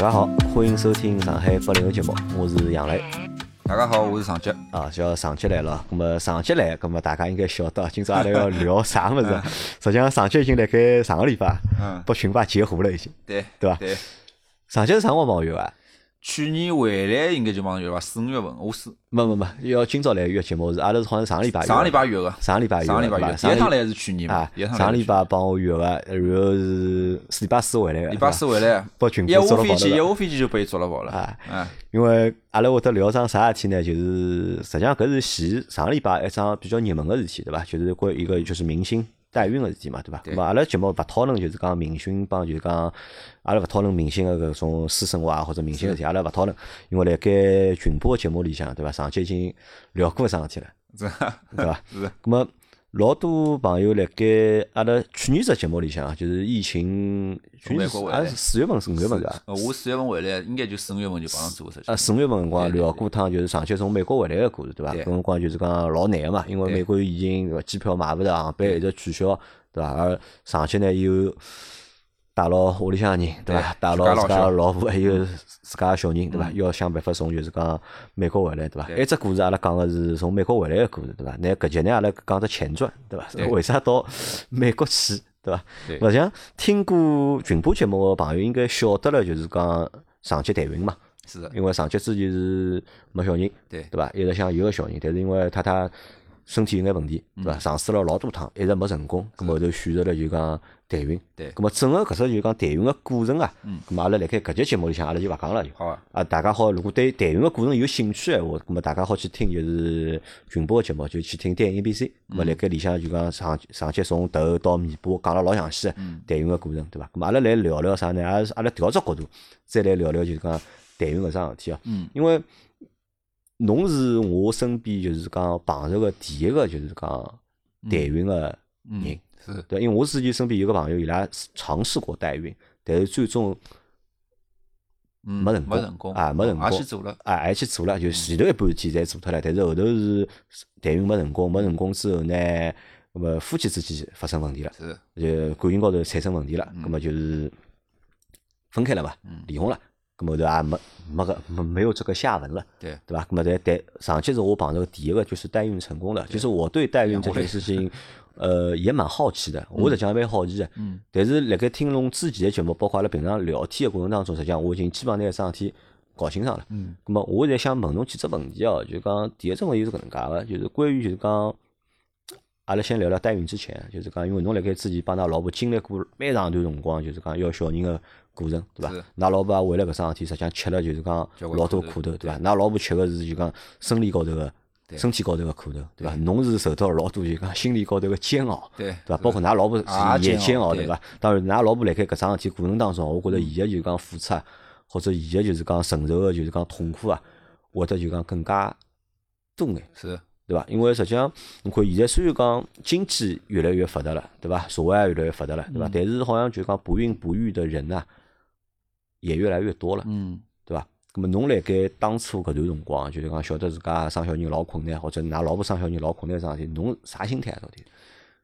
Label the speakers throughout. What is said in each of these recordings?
Speaker 1: 家好，欢迎收听上海八零后节目，我是杨磊。
Speaker 2: 大家好，我是常杰。
Speaker 1: 啊，叫上集来了。那么上集来，那么大家应该晓得，今朝阿拉要聊啥 物事？
Speaker 2: 啊
Speaker 1: 实际上上集已经辣盖上个礼拜
Speaker 2: 嗯，
Speaker 1: 被群吧截胡了，已经。
Speaker 2: 对
Speaker 1: 对吧
Speaker 2: 对，
Speaker 1: 上集是啥辰光朋友啊？
Speaker 2: 去年回来应该就忙月吧，四五月份，我是
Speaker 1: 没没没，要今朝来约节目是阿拉是好像上个礼拜约的，
Speaker 2: 上个礼拜
Speaker 1: 上个礼拜约
Speaker 2: 约个，上个礼拜
Speaker 1: 对吧
Speaker 2: 约，
Speaker 1: 上
Speaker 2: 第一
Speaker 1: 个
Speaker 2: 趟
Speaker 1: 礼
Speaker 2: 来是去年嘛
Speaker 1: 啊，，
Speaker 2: 第一趟
Speaker 1: 上个
Speaker 2: 来
Speaker 1: 礼
Speaker 2: 是
Speaker 1: 拜帮我约个，然后是是礼拜四回来个，
Speaker 2: 礼
Speaker 1: 对
Speaker 2: 拜
Speaker 1: 吧
Speaker 2: 四回来，
Speaker 1: 被啊群
Speaker 2: 一
Speaker 1: 吧捉
Speaker 2: 下
Speaker 1: 了
Speaker 2: 飞
Speaker 1: 跑
Speaker 2: 机，一
Speaker 1: 了。
Speaker 2: 下飞机就被抓了跑了。
Speaker 1: 啊，
Speaker 2: 嗯，
Speaker 1: 因为阿拉会得聊桩啥事体呢？就是实际上搿是前上个礼拜一桩比较热门个事体，对伐？就是关于一个就是明星代孕个事体嘛，对伐？
Speaker 2: 对
Speaker 1: 那么阿拉节目勿讨论就是讲明星帮就是讲阿拉勿讨论明星个搿种私生活啊或者明星个事体，阿拉勿讨论，因为辣盖群播节目里向，对伐？上期已经聊过搿桩事体了。
Speaker 2: 是
Speaker 1: 对伐？
Speaker 2: 是。
Speaker 1: 咁么老多朋友辣盖阿拉去年只节目里向啊，就是疫情，去年
Speaker 2: 从美国回来
Speaker 1: 啊四月份是五月份是伐？
Speaker 2: 呃 我四月份回来，应该就四五月份就帮侬做出去
Speaker 1: 啊，。四月份辰光聊过趟，就是上去从美国回来个故事，对伐？
Speaker 2: 对
Speaker 1: 搿辰光就是讲老难个嘛，因为
Speaker 2: 对
Speaker 1: 美国已经呃机票买勿着，航班一直取消，对伐？而上去呢又带牢屋里向人，对伐？
Speaker 2: 对
Speaker 1: 带
Speaker 2: 自
Speaker 1: 牢
Speaker 2: 家
Speaker 1: 自
Speaker 2: 老
Speaker 1: 家
Speaker 2: 小嗯
Speaker 1: 老婆还有自家小人，对伐？要想办法从就是讲美国回来，对伐？
Speaker 2: 对
Speaker 1: 埃只故事阿拉讲个是从美国回来个故事，对伐？那搿集呢阿拉讲只前传，对伐？
Speaker 2: 对
Speaker 1: 为啥到美国去，对伐？
Speaker 2: 对
Speaker 1: 勿像听过群播节目个朋友应该晓得了，就是讲上去代孕嘛。
Speaker 2: 是的，
Speaker 1: 因为上级之前是没小人，
Speaker 2: 对
Speaker 1: 对伐？一直想有个小人，但是因为太太身体有眼问题，
Speaker 2: 嗯
Speaker 1: 对伐？尝试了老多趟，一直没成功，咁么后头选择了就讲代孕。
Speaker 2: 对嗯
Speaker 1: 咁么整个搿只就讲代孕个过程啊，咁么阿拉辣盖搿节节目里向阿拉就勿讲了就。
Speaker 2: 好啊，
Speaker 1: 啊，大家好，如果对代孕个过程有兴趣个闲话，咁么大家好去听就是群播个节目，就去听代孕 ABC。咁
Speaker 2: 嗯
Speaker 1: 么辣盖里向就讲上上节从头到尾巴讲了老详细个
Speaker 2: 嗯
Speaker 1: 代孕个过程，对伐？咁么阿拉来聊聊啥呢？阿拉是阿拉调只角度，再来聊聊就是讲代孕搿桩事体哦。
Speaker 2: 嗯，
Speaker 1: 因为侬是我身边就是讲碰着个第一个就是讲代孕个
Speaker 2: 嗯
Speaker 1: 人，
Speaker 2: 是
Speaker 1: 对，因为我自己身边有个朋友，伊拉尝试过代孕，但是最终
Speaker 2: 嗯
Speaker 1: 没成功
Speaker 2: 没成功
Speaker 1: 啊没成功
Speaker 2: 也去做了，
Speaker 1: 啊，还去做了，就前头一半事体侪做脱了，但是后头是代孕没成功，没成功之后呢，那么夫妻之间发生问题了，
Speaker 2: 是
Speaker 1: 就感情高头产生问题了，
Speaker 2: 嗯
Speaker 1: 那么就是分开了嘛，离婚了，那么后头也没没个没没有这个下文了。
Speaker 2: 对，
Speaker 1: 对吧？那么在代上期是我碰到的第一个就是代孕成功的。其实我对代孕这件事情，呃，也蛮好奇的。我实际上蛮好奇的。
Speaker 2: 嗯。
Speaker 1: 但是辣盖听侬之前的节目，包括阿拉平常聊天的过程当中，实际上我已经基本上拿桩事体搞清爽了。
Speaker 2: 嗯。
Speaker 1: 那么我现在想问侬几只问题哦，就讲第一只问题是搿能介个，就是关于就是讲。阿拉先聊聊代孕之前，就是讲，因为侬辣盖之前帮㑚老婆经历过蛮长一段辰光，就是讲要小人个过程，对伐
Speaker 2: 是？
Speaker 1: 㑚老婆也为了搿桩事体，实际上吃了就是讲
Speaker 2: 交关
Speaker 1: 老多
Speaker 2: 苦头
Speaker 1: 苦头，对伐？㑚老婆吃个是就讲生理高头个、身体高头个苦头，对伐？侬是受到了老多就讲心理高头个煎熬，
Speaker 2: 对
Speaker 1: 伐？包括㑚老婆是
Speaker 2: 也
Speaker 1: 也煎
Speaker 2: 煎
Speaker 1: 熬，
Speaker 2: 熬
Speaker 1: 啊哦对伐？当然，㑚老婆辣盖搿桩事体过程当中，我觉着伊个就是讲付出啊，或者伊个就是讲承受个啊就是讲痛苦啊，会得就讲更加多眼。
Speaker 2: 是
Speaker 1: 对伐？因为实际上，侬看现在虽然讲经济越来越发达了，对伐？社会也越来越发达了，对伐？但是好像就讲不孕不育的人呐、啊也越来越多了，
Speaker 2: 嗯
Speaker 1: 对伐？那么侬辣盖当初搿段辰光，就是讲晓得自家生小人老困难，或者㑚老婆生小人老困难桩事体，侬啥心态啊到底？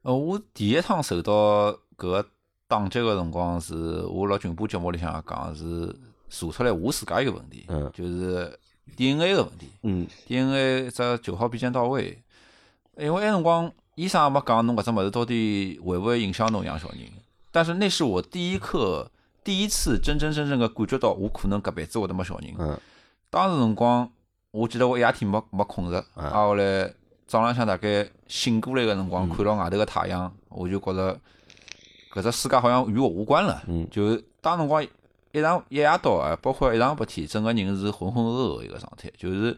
Speaker 2: 呃，我第一趟受到搿个打击个辰光是，我辣群播节目里向也讲是查出来我自家一个问题，
Speaker 1: 嗯
Speaker 2: 就是 DNA 个问题
Speaker 1: 嗯
Speaker 2: ，DNA 只九号必见到位，因为埃辰光医生也没讲侬搿只物事到底会勿会影响侬养小人，但是那是我第一刻第一次真真正正个感觉到我可能搿辈子会得没小人，
Speaker 1: 嗯
Speaker 2: 当时辰光，我记得我一夜天没没困着，
Speaker 1: 嗯
Speaker 2: 啊后来早浪向大概醒过来个辰
Speaker 1: 嗯
Speaker 2: 光，看到外头个太阳，我就觉着搿只世界好像与我无关了。
Speaker 1: 嗯
Speaker 2: 就当辰光一上一夜到啊，包括一上白天，整个人是浑浑噩噩一个状态，就是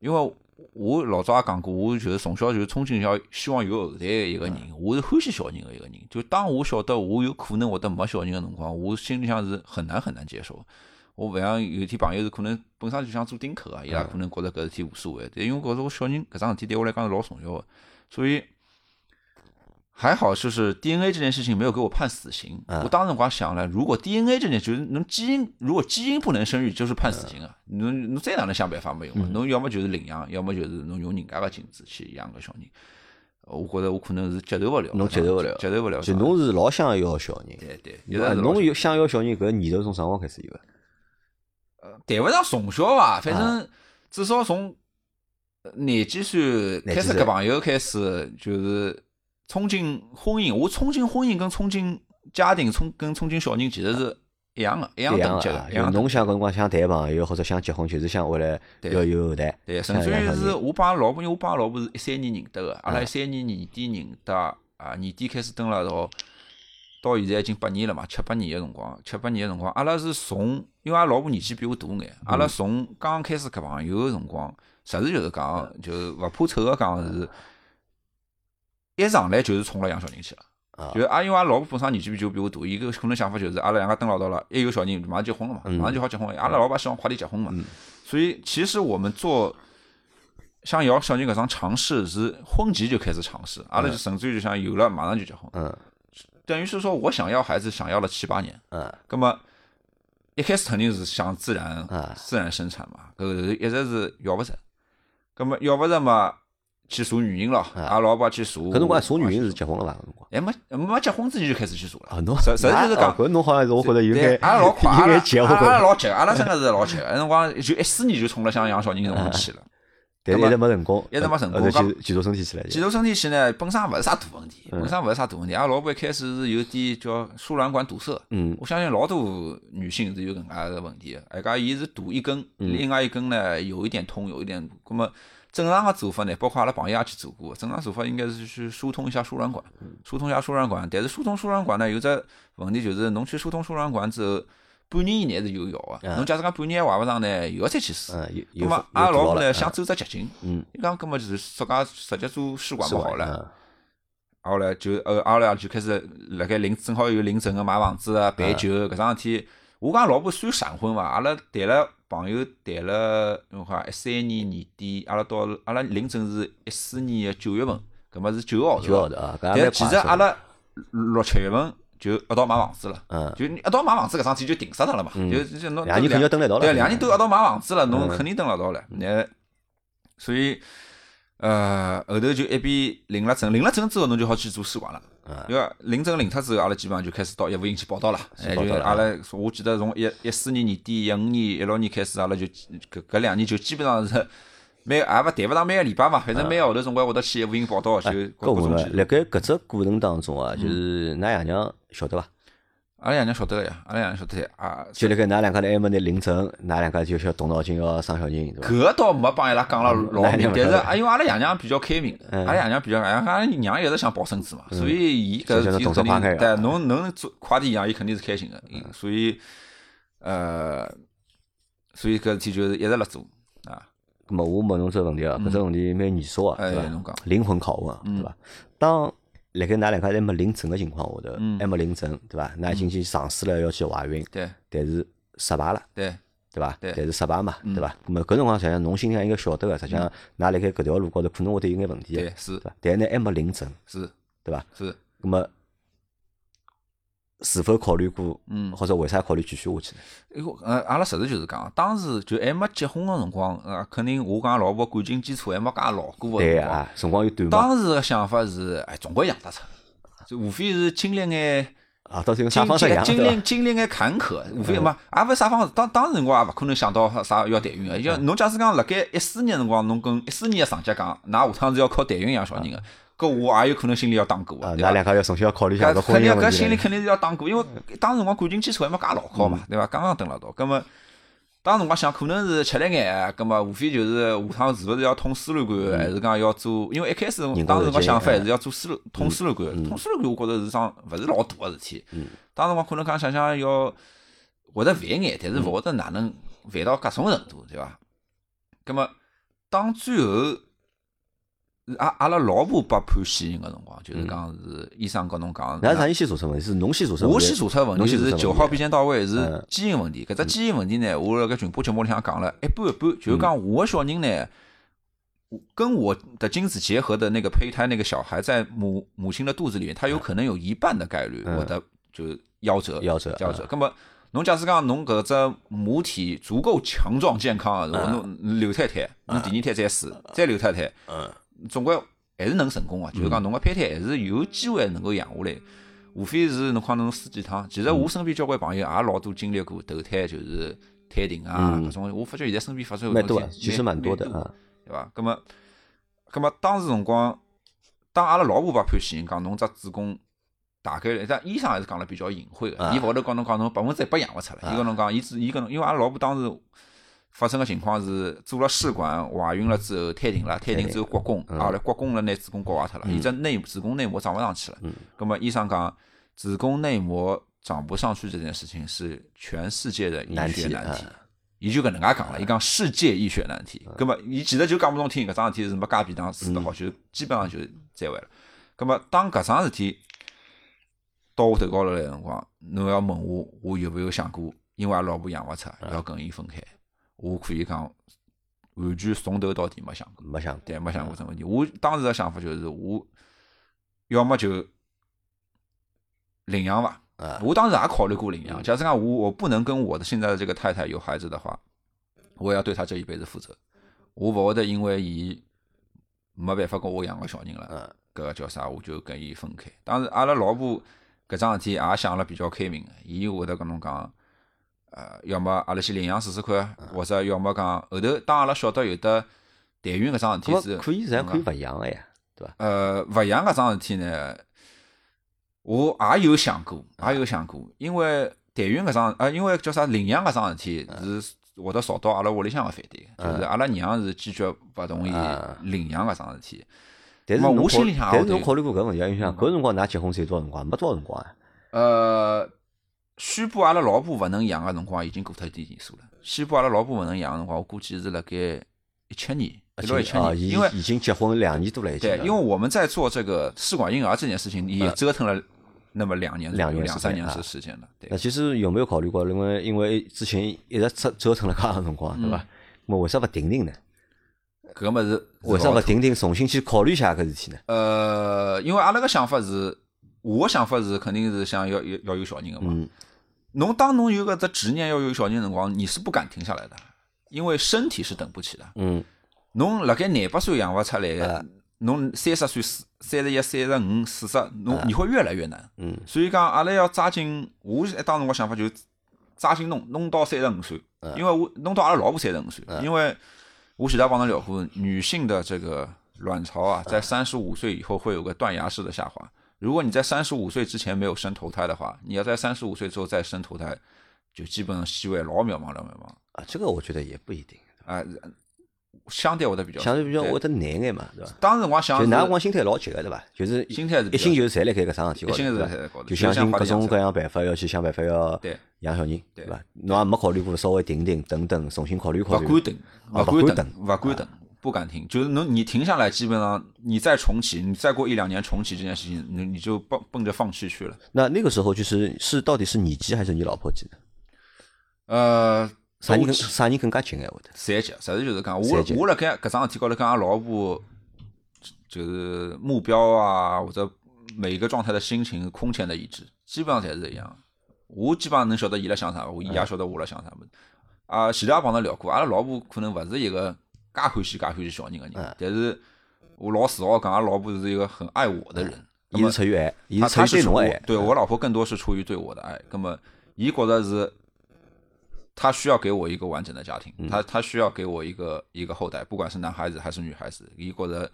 Speaker 2: 因为。我老早也讲过，我就是从小就是憧憬要希望有后代的一个人，我是欢喜小人的一个人。就当我晓得我有可能会得没小人的辰光，我心里向是很难很难接受。我勿像有一天朋友是可能本身就想做丁口啊，伊
Speaker 1: 嗯
Speaker 2: 拉可能觉着搿事体无所谓，但因为我觉着我小人搿桩事体对我来讲是老重要个，所以还好就是 DNA 这件事情没有给我判死刑。
Speaker 1: 嗯
Speaker 2: 我当时辰光想了，如果 DNA 这件就是侬基因，如果基因不能生育，就是判死刑啊！
Speaker 1: 嗯
Speaker 2: 侬侬再哪能想办法没用啊？侬要么就是领养，要么就是侬用人家个精子去养个小人。呃我觉着我可能是接受勿了，
Speaker 1: 侬接受不了
Speaker 2: 接受勿了。
Speaker 1: 就侬是老想要小人，
Speaker 2: 对对，一
Speaker 1: 对
Speaker 2: 直
Speaker 1: 伐
Speaker 2: 是老
Speaker 1: 侬
Speaker 2: 想
Speaker 1: 有想要小人搿念头从啥辰光开始有个？
Speaker 2: 呃，谈勿上从小伐，反正至少从呃廿几岁
Speaker 1: 廿
Speaker 2: 开
Speaker 1: 几
Speaker 2: 始
Speaker 1: 岁
Speaker 2: 搿朋友开始，就是冲进婚姻。我冲进婚姻跟冲进家庭、冲跟冲进小人其实是一样的，一样
Speaker 1: 一样
Speaker 2: 等级
Speaker 1: 啊
Speaker 2: 的，，一
Speaker 1: 因
Speaker 2: 样
Speaker 1: 为
Speaker 2: 等
Speaker 1: 侬想搿辰光想谈朋友或者想结婚，就是想为了
Speaker 2: 对
Speaker 1: 要有后啊代。
Speaker 2: 对，甚至
Speaker 1: 哎
Speaker 2: 于
Speaker 1: 两小
Speaker 2: 是
Speaker 1: 人
Speaker 2: 我帮老婆，因为我帮老婆是一三年认得个，阿拉一三年年底认得，啊年底开始蹲辣一道，到现在已经八年了嘛，七八年个辰光，七八年个辰光，阿拉是从，因为阿拉老婆年纪比我大眼，阿
Speaker 1: 嗯
Speaker 2: 拉从刚开始搿朋友个辰光，实事求是
Speaker 1: 嗯
Speaker 2: 讲，就是勿怕丑个讲是，一上来就是冲了养小人去了。
Speaker 1: 啊
Speaker 2: 就是阿因为阿拉老婆本身年纪比就比我大，伊个可能想法就是阿拉两个蹲辣一道了，一有小人马上结婚了嘛，
Speaker 1: 嗯
Speaker 2: 马上就好结婚了。阿拉老爸希望快点结婚嘛，所以其实我们做像姚小人搿桩尝试是婚前就开始尝试，阿拉就甚至于就想有了马上就结婚，
Speaker 1: 嗯
Speaker 2: 等于是说我想要孩子想要了七八年，
Speaker 1: 嗯
Speaker 2: 葛么一开始肯定是想自然
Speaker 1: 啊
Speaker 2: 自然生产嘛，搿个一直是要勿着，葛么要勿着嘛去查原因咯，
Speaker 1: 嗯
Speaker 2: 阿拉老爸去查，
Speaker 1: 搿
Speaker 2: 搿
Speaker 1: 辰光啥原因是结婚了伐？搿辰 光
Speaker 2: 哎，没没结婚之前就开始去查了。
Speaker 1: 啊，侬
Speaker 2: 实实际就是讲
Speaker 1: 啊搿侬好像是我觉得有
Speaker 2: 对
Speaker 1: 眼
Speaker 2: 阿拉老快，阿
Speaker 1: 有
Speaker 2: 拉
Speaker 1: 眼结
Speaker 2: 阿拉阿拉
Speaker 1: 婚，
Speaker 2: 老急，阿拉真个是老急，那辰光就一四年就冲了像养小人搿辰光去了。
Speaker 1: 但是一直没成功，啊
Speaker 2: 一直没成功
Speaker 1: 后头
Speaker 2: 讲
Speaker 1: 去去做身体去了。
Speaker 2: 健头身体去呢，本身也勿是啥大问题，
Speaker 1: 嗯
Speaker 2: 本身勿是啥大问题。阿拉老婆一开始是有点叫输卵管堵塞，
Speaker 1: 嗯
Speaker 2: 我相信老多女性是有搿能介个问题的。哎，讲伊是堵一根，
Speaker 1: 嗯
Speaker 2: 另外一根呢有一点通，有一点。葛么正常个做法呢，包括阿拉朋友也去做过，正常做法应该是去疏通一下输卵管，
Speaker 1: 嗯
Speaker 2: 疏通一下输卵管。但是疏通输卵管呢，有只问题就是，侬去疏通输卵管之后，半年以内是有效个。侬假使讲半年还怀勿上呢，又要再去试。
Speaker 1: 嗯，有
Speaker 2: 葛
Speaker 1: 有
Speaker 2: 么阿拉老婆呢
Speaker 1: 有
Speaker 2: 想走只捷径，
Speaker 1: 嗯，
Speaker 2: 伊讲葛么就是自家直接做试管
Speaker 1: 是
Speaker 2: 嘛
Speaker 1: 吧
Speaker 2: 好了。
Speaker 1: 嗯
Speaker 2: 后来就呃，后来就开始辣盖领，正好有领证个买房子啊、办酒搿桩事体。我讲老婆算闪婚伐？阿拉谈了朋友谈了，侬看一三年年底，阿拉到阿拉领证是一四年个九月份，搿么是九个号头
Speaker 1: 就好
Speaker 2: 啊。
Speaker 1: 的啊，搿也
Speaker 2: 但
Speaker 1: 蛮
Speaker 2: 其
Speaker 1: 快
Speaker 2: 实
Speaker 1: 的
Speaker 2: 阿拉六七月份就一道买房子了，
Speaker 1: 嗯，
Speaker 2: 就你一道买房子搿桩事体就停死脱了嘛。就就侬
Speaker 1: 两年肯定要蹲辣一道了，嗯
Speaker 2: 对，两年都要到买房子了，侬肯定蹲了到了。那所以，呃，后头就一边领了证，领了证之后，侬就好去做试管了。
Speaker 1: 嗯
Speaker 2: 因为领证领脱之后，阿拉基本上就开始到业务营去报道了。哎，
Speaker 1: 报
Speaker 2: 就
Speaker 1: 道
Speaker 2: 是
Speaker 1: 了
Speaker 2: 阿拉，我记得从一一四年年底、一五年、一六年开始，阿拉就搿搿两年就基本上是 每也勿谈勿上每个礼拜嘛，反正
Speaker 1: 嗯
Speaker 2: 每个号头总归会得去业务营报道，就
Speaker 1: 哎搿
Speaker 2: 各
Speaker 1: 我
Speaker 2: 种嗯
Speaker 1: 了，
Speaker 2: 去。
Speaker 1: 辣盖搿只过程当中啊，就是㑚爷娘晓得伐？
Speaker 2: 阿拉爷娘晓得个呀，阿拉爷娘晓得呀啊。
Speaker 1: 就辣盖㑚两哎家头还没拿领证，㑚两家就要动脑筋要生小人，对伐？
Speaker 2: 搿个倒没帮伊拉讲了老
Speaker 1: 那
Speaker 2: 明
Speaker 1: 也，勿
Speaker 2: 但
Speaker 1: 晓
Speaker 2: 是
Speaker 1: 得
Speaker 2: 啊，因为阿拉爷娘比较开明，阿拉爷娘比较，哎阿拉娘一直想抱孙子嘛，嗯所以伊
Speaker 1: 想
Speaker 2: 搿事
Speaker 1: 想
Speaker 2: 体
Speaker 1: 动
Speaker 2: 肯
Speaker 1: 作快
Speaker 2: 定，
Speaker 1: 眼
Speaker 2: 对，侬能做快点养，伊肯定是开心个，嗯所以，呃，所以搿事体就是一直辣做啊，
Speaker 1: 咁么我问侬只问题啊，搿只问题蛮严肃啊，
Speaker 2: 哎嗯
Speaker 1: 对
Speaker 2: 侬
Speaker 1: 伐
Speaker 2: 讲？
Speaker 1: 灵魂拷问啊，对伐？当辣盖㑚两家还没领证个情况下头，
Speaker 2: 嗯
Speaker 1: 还没领证，对伐？㑚已经去尝试了要去怀孕，
Speaker 2: 对
Speaker 1: 但是失败了。
Speaker 2: 对，
Speaker 1: 对伐？
Speaker 2: 嗯对嗯
Speaker 1: 但是失败嘛，对伐？咁么搿辰光实际上侬心里向应该晓得个，实际上㑚辣盖搿条路高头可能会得有眼问题的，
Speaker 2: 对是
Speaker 1: 伐？但是呢还没领证，
Speaker 2: 是
Speaker 1: 对伐？
Speaker 2: 是，
Speaker 1: 咁么是否考虑过，
Speaker 2: 嗯
Speaker 1: 或者为啥考虑继续下去呢？
Speaker 2: 哎呦，呃，阿拉实事求是讲，当时就还没结婚个辰光，呃，肯定我讲老婆感情基础还没介牢固个
Speaker 1: 对
Speaker 2: 辰光，
Speaker 1: 啊，辰光又短嘛，
Speaker 2: 当时个想法是，哎，总归养得出，就无非是经历眼。
Speaker 1: 啊，到底
Speaker 2: 经
Speaker 1: 用 啥方式
Speaker 2: 经
Speaker 1: 养嗯
Speaker 2: 经
Speaker 1: 对
Speaker 2: 历
Speaker 1: 伐？
Speaker 2: 经历眼坎坷，无非嘛，也勿是啥方式。当当时辰光也勿可能想到啥要代孕个。
Speaker 1: 嗯
Speaker 2: 像侬假使讲辣盖一四年辰光，侬跟一四年个上级讲，㑚下趟是要靠代孕养小人个，搿我也有可能心里要打鼓
Speaker 1: 啊，
Speaker 2: 个，对
Speaker 1: 㑚
Speaker 2: 伐？
Speaker 1: 两家要重新要考虑一下
Speaker 2: 搿
Speaker 1: 搿婚
Speaker 2: 肯定
Speaker 1: 姻问
Speaker 2: 搿心里
Speaker 1: 题了。
Speaker 2: 肯定是要打鼓，因为当时辰光感情基础还没介牢靠
Speaker 1: 嗯
Speaker 2: 嘛，对伐？刚刚蹲辣一道，葛么当时辰光想可能是吃力眼，葛么无非就是下趟是勿是要通输
Speaker 1: 嗯
Speaker 2: 卵管，还是讲要做？因为一开始
Speaker 1: 工
Speaker 2: 当时
Speaker 1: 受
Speaker 2: 辰光
Speaker 1: 精
Speaker 2: 想法还是要做输卵通输
Speaker 1: 嗯
Speaker 2: 卵管，通输卵管我觉着是桩勿是老大个事体。当时辰光可能讲想想要会得烦眼，但是勿会得哪能烦到搿种程度，对伐？葛么当最后。阿阿拉老婆被判死刑个辰光，就是讲是医生跟侬讲，
Speaker 1: 㑚啥人先查出问嗯题？是侬先查出问题？
Speaker 2: 我先查出的问
Speaker 1: 侬
Speaker 2: 题
Speaker 1: 先查
Speaker 2: 是
Speaker 1: 出
Speaker 2: 九
Speaker 1: 问
Speaker 2: 号
Speaker 1: 题嗯
Speaker 2: 必先到位是基因问题，搿只基因问题呢，我辣盖群播节目里向讲了一半一半，
Speaker 1: 嗯
Speaker 2: 就是讲我个小人呢，跟我的精子结合的那个胚胎那个小孩在母母亲的肚子里面，他有可能有一半的概率我的就是夭折
Speaker 1: 嗯夭折嗯
Speaker 2: 夭折。那么侬假使讲侬搿只母体足够强壮健康啊，如
Speaker 1: 嗯
Speaker 2: 果侬流太太，侬第二胎再死再流太太，总归还是能成功啊，
Speaker 1: 嗯
Speaker 2: 就是讲侬个胚胎还是有机会能够养下来。
Speaker 1: 嗯
Speaker 2: 无非是侬看侬试几趟，其实我身边交关朋友也老多经历过投胎，就是开庭啊，搿种，我发觉现在身边发生
Speaker 1: 嗯
Speaker 2: 搿
Speaker 1: 蛮
Speaker 2: 种
Speaker 1: 多
Speaker 2: 事
Speaker 1: 的，
Speaker 2: 体
Speaker 1: 其实蛮多的
Speaker 2: 蛮
Speaker 1: 啊。
Speaker 2: 对伐？葛么，葛么当时辰光，当阿拉老婆爸判死刑，讲侬只子宫大概，但医生还是讲了比较隐晦个，
Speaker 1: 啊
Speaker 2: 伊勿会得讲侬讲侬百分之一百养勿出来，伊跟侬讲，伊只伊跟侬，因为阿拉老婆当时发生个情况是做了试管，怀孕了之后胎停了，嗯胎停之后刮宫，啊来刮宫了拿子宫刮坏脱了，伊只内子宫内膜长勿上去了。葛么医生讲，子宫内膜长不上去这件事情是全世界的医
Speaker 1: 难
Speaker 2: 学
Speaker 1: 题
Speaker 2: 难
Speaker 1: 啊
Speaker 2: 题。嗯伊就搿能介讲了，伊讲世界医学难题。葛么，伊其实就讲勿中听搿桩事体是没加便当死得好，就基本上就是再会了。葛么，当搿桩事体到我头高头来的辰光，侬要问我，我有没有想过，因为阿拉老婆养勿出，要跟伊分开？我可以讲完全从头到底没想过。
Speaker 1: 没想过，
Speaker 2: 对，没想过这个问题。我当时的想法就是，我要么就领养吧。
Speaker 1: 啊
Speaker 2: 我当时也考虑过领养。假设讲我我不能跟我的现在的这个太太有孩子的话，我也要对她这一辈子负责。我勿会得因为伊没办法跟我养个小人
Speaker 1: 嗯
Speaker 2: 了，搿个叫啥，我就跟伊分开。当时阿拉老婆搿桩事体也想了比较开明个，伊会得跟侬讲。呃，要么阿拉先领养试试看，
Speaker 1: 嗯
Speaker 2: 或者要么讲后头，当阿拉晓得有得代孕搿桩事体
Speaker 1: 那
Speaker 2: 之
Speaker 1: 么
Speaker 2: 后，
Speaker 1: 可以实际上可以勿养个呀，对伐？
Speaker 2: 呃，勿养搿桩事体呢，我也有想过，也有想过，因为代孕搿桩，啊，因为叫啥领养搿桩事体是会得吵到阿拉屋里向个反对的，就是阿拉娘是坚决勿同意
Speaker 1: 啊
Speaker 2: 领养搿桩事体。
Speaker 1: 但是
Speaker 2: 那么
Speaker 1: 侬
Speaker 2: 我
Speaker 1: 考
Speaker 2: 心里
Speaker 1: 虑
Speaker 2: 向也
Speaker 1: 但
Speaker 2: 有
Speaker 1: 是侬
Speaker 2: 点
Speaker 1: 考虑过搿个问题啊？因为像搿辰光㑚结婚是有多少辰光？没多少辰光啊。
Speaker 2: 呃，宣布阿拉老婆勿能养个辰光已经过脱一定年数了。宣布阿拉老婆勿能养个辰光，我估计是辣盖一七年，一六一七
Speaker 1: 啊，
Speaker 2: 年，
Speaker 1: 已
Speaker 2: 因为
Speaker 1: 已经结婚两年多了，已经
Speaker 2: 对，
Speaker 1: 了。
Speaker 2: 因为我们在做这个试管婴儿这件事情，也折腾了那么两年左右，
Speaker 1: 两年
Speaker 2: 嗯两
Speaker 1: 时间
Speaker 2: 三年
Speaker 1: 啊
Speaker 2: 是时间了。嗯对
Speaker 1: 那，其实有没有考虑过，因为因为之前一直折折腾了介长辰光，对伐？那么为啥勿停停呢？
Speaker 2: 搿么嗯是
Speaker 1: 为啥勿停停，重新去考虑一下搿事体呢？
Speaker 2: 呃，因为阿拉个想法是，我个想法是肯定是想要要要有小人个嘛
Speaker 1: 嗯。
Speaker 2: 侬、当侬有搿只执念要有小人的辰光，你是不敢停下来的，因为身体是等不起的。
Speaker 1: 嗯，
Speaker 2: 侬辣盖廿八岁养勿出来
Speaker 1: 啊
Speaker 2: 个，侬三十岁、四三十一、三十五、四十，侬你会越来越难。
Speaker 1: 啊嗯，
Speaker 2: 所以讲，阿拉要抓紧，我是当时我想法就是抓紧弄弄到三十五岁，
Speaker 1: 啊
Speaker 2: 因为我弄到阿拉老婆三十五岁，因为我前头帮侬聊过，女性的这个卵巢啊，在三十五岁以后会有个断崖式的下滑。如果你在三十五岁之前没有生头胎的话，你要在三十五岁之后再生头胎，就基本上机会老渺茫老渺茫
Speaker 1: 啊，这个我觉得也不一定，
Speaker 2: 啊、相对会得比较
Speaker 1: 相对比较
Speaker 2: 对
Speaker 1: 会得难眼嘛，对伐？
Speaker 2: 当时辰光想
Speaker 1: 就
Speaker 2: 的
Speaker 1: 㑚辰
Speaker 2: 是，
Speaker 1: 光心态老急个对伐？就是
Speaker 2: 心态是比
Speaker 1: 一
Speaker 2: 较
Speaker 1: 心就是侪辣盖搿桩事体高
Speaker 2: 一心
Speaker 1: 头，
Speaker 2: 是
Speaker 1: 对
Speaker 2: 在
Speaker 1: 伐
Speaker 2: 高头
Speaker 1: 就
Speaker 2: 就
Speaker 1: 想
Speaker 2: 像
Speaker 1: 尽
Speaker 2: 花
Speaker 1: 各
Speaker 2: 里向
Speaker 1: 种
Speaker 2: 菜
Speaker 1: 各样办法要去想办法要
Speaker 2: 对
Speaker 1: 养小人，对
Speaker 2: 对
Speaker 1: 伐？侬也没考虑过稍微停停等等，重新考虑考
Speaker 2: 勿
Speaker 1: 虑。
Speaker 2: 敢等，
Speaker 1: 啊
Speaker 2: 勿
Speaker 1: 勿
Speaker 2: 敢
Speaker 1: 敢
Speaker 2: 等，勿敢等，不敢停。就是侬你停下来，基本上你再重启，你再过一两年重启这件事情，你你就奔奔着放弃去了。
Speaker 1: 那那个时候就是是到底是你急还是你老婆急呢？
Speaker 2: 呃，
Speaker 1: 啥人
Speaker 2: 我
Speaker 1: 更啥人更加急眼啊会得？
Speaker 2: 三级，实际就是讲，
Speaker 1: 三
Speaker 2: 我
Speaker 1: 级
Speaker 2: 我辣盖搿桩事体高头跟阿拉老婆，就是目标啊或者每一个状态的心情空前的一致，基本上侪是一样的。我基本上能晓得伊辣想啥，我伊也晓得我辣想啥物事。啊，前头也帮侬聊过，阿拉老婆可能勿是一个介欢喜介欢喜小人个人，但是我老自豪地讲，阿拉老婆是一个很爱我的人。
Speaker 1: 伊是出于爱，伊
Speaker 2: 他
Speaker 1: 是出于对哎侬
Speaker 2: 啊他是出
Speaker 1: 的
Speaker 2: 于
Speaker 1: 爱。
Speaker 2: 对我老婆更多是出于对我的爱。那么，伊觉得是，他需要给我一个完整的家庭，他他需要给我一个一个后代，不管是男孩子还是女孩子，伊觉得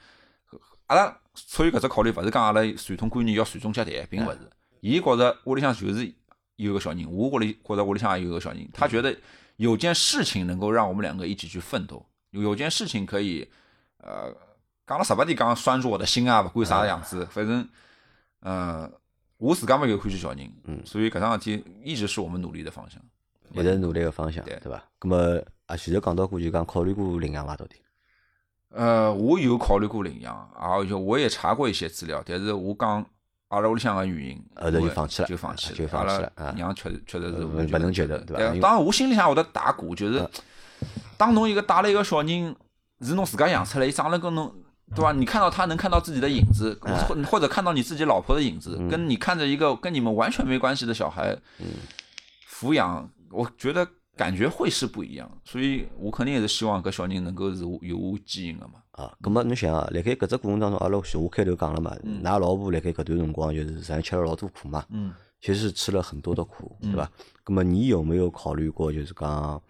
Speaker 2: 阿拉出于搿只考虑，勿是讲阿拉传统观念要传宗接代，并勿是。伊觉着屋里向就是有个小人，我屋里觉着屋里向也有个小人，他觉得有件事情能够让我们两个一起去奋斗，有件事情可以，呃，讲了十八天，讲拴住我的心啊，勿管啥样子，反正，呃，我自家嘛有欢喜小人，
Speaker 1: 嗯
Speaker 2: 所以搿桩事体一直是我们努力的方向。
Speaker 1: 一直努力个方向，
Speaker 2: 对
Speaker 1: 对伐？咁么啊，前头讲到过就讲考虑过领养伐？到底？
Speaker 2: 呃，我有考虑过领养，而且我也查过一些资料，但是我讲阿拉屋里向个原因，
Speaker 1: 后头就
Speaker 2: 我
Speaker 1: 放弃了
Speaker 2: 就放弃了，
Speaker 1: 就放弃了
Speaker 2: 阿
Speaker 1: 啊
Speaker 2: 拉娘确实确实是
Speaker 1: 呃
Speaker 2: 我
Speaker 1: 不能接受对吧因为
Speaker 2: 啊
Speaker 1: 嗯
Speaker 2: 当然，我心里向会得打鼓，就是当侬一个带了一个小人，是侬自家养出来，伊长了跟侬。对吧？你看到他能看到自己的影子，
Speaker 1: 哎
Speaker 2: 或或者看到你自己老婆的影子，
Speaker 1: 嗯
Speaker 2: 跟你看着一个跟你们完全没关系的小孩，抚养，我觉得感觉会是不一样。所以我肯定也是希望搿小人能够是有我基因的嘛。
Speaker 1: 啊，咁么侬想啊，辣盖搿只过程当中，阿拉我开头讲了嘛，㑚老婆辣盖搿段辰光就是实际上吃了老多苦嘛，
Speaker 2: 嗯，
Speaker 1: 其实是吃了很多的苦，对伐？咁么你有没有考虑过，就是讲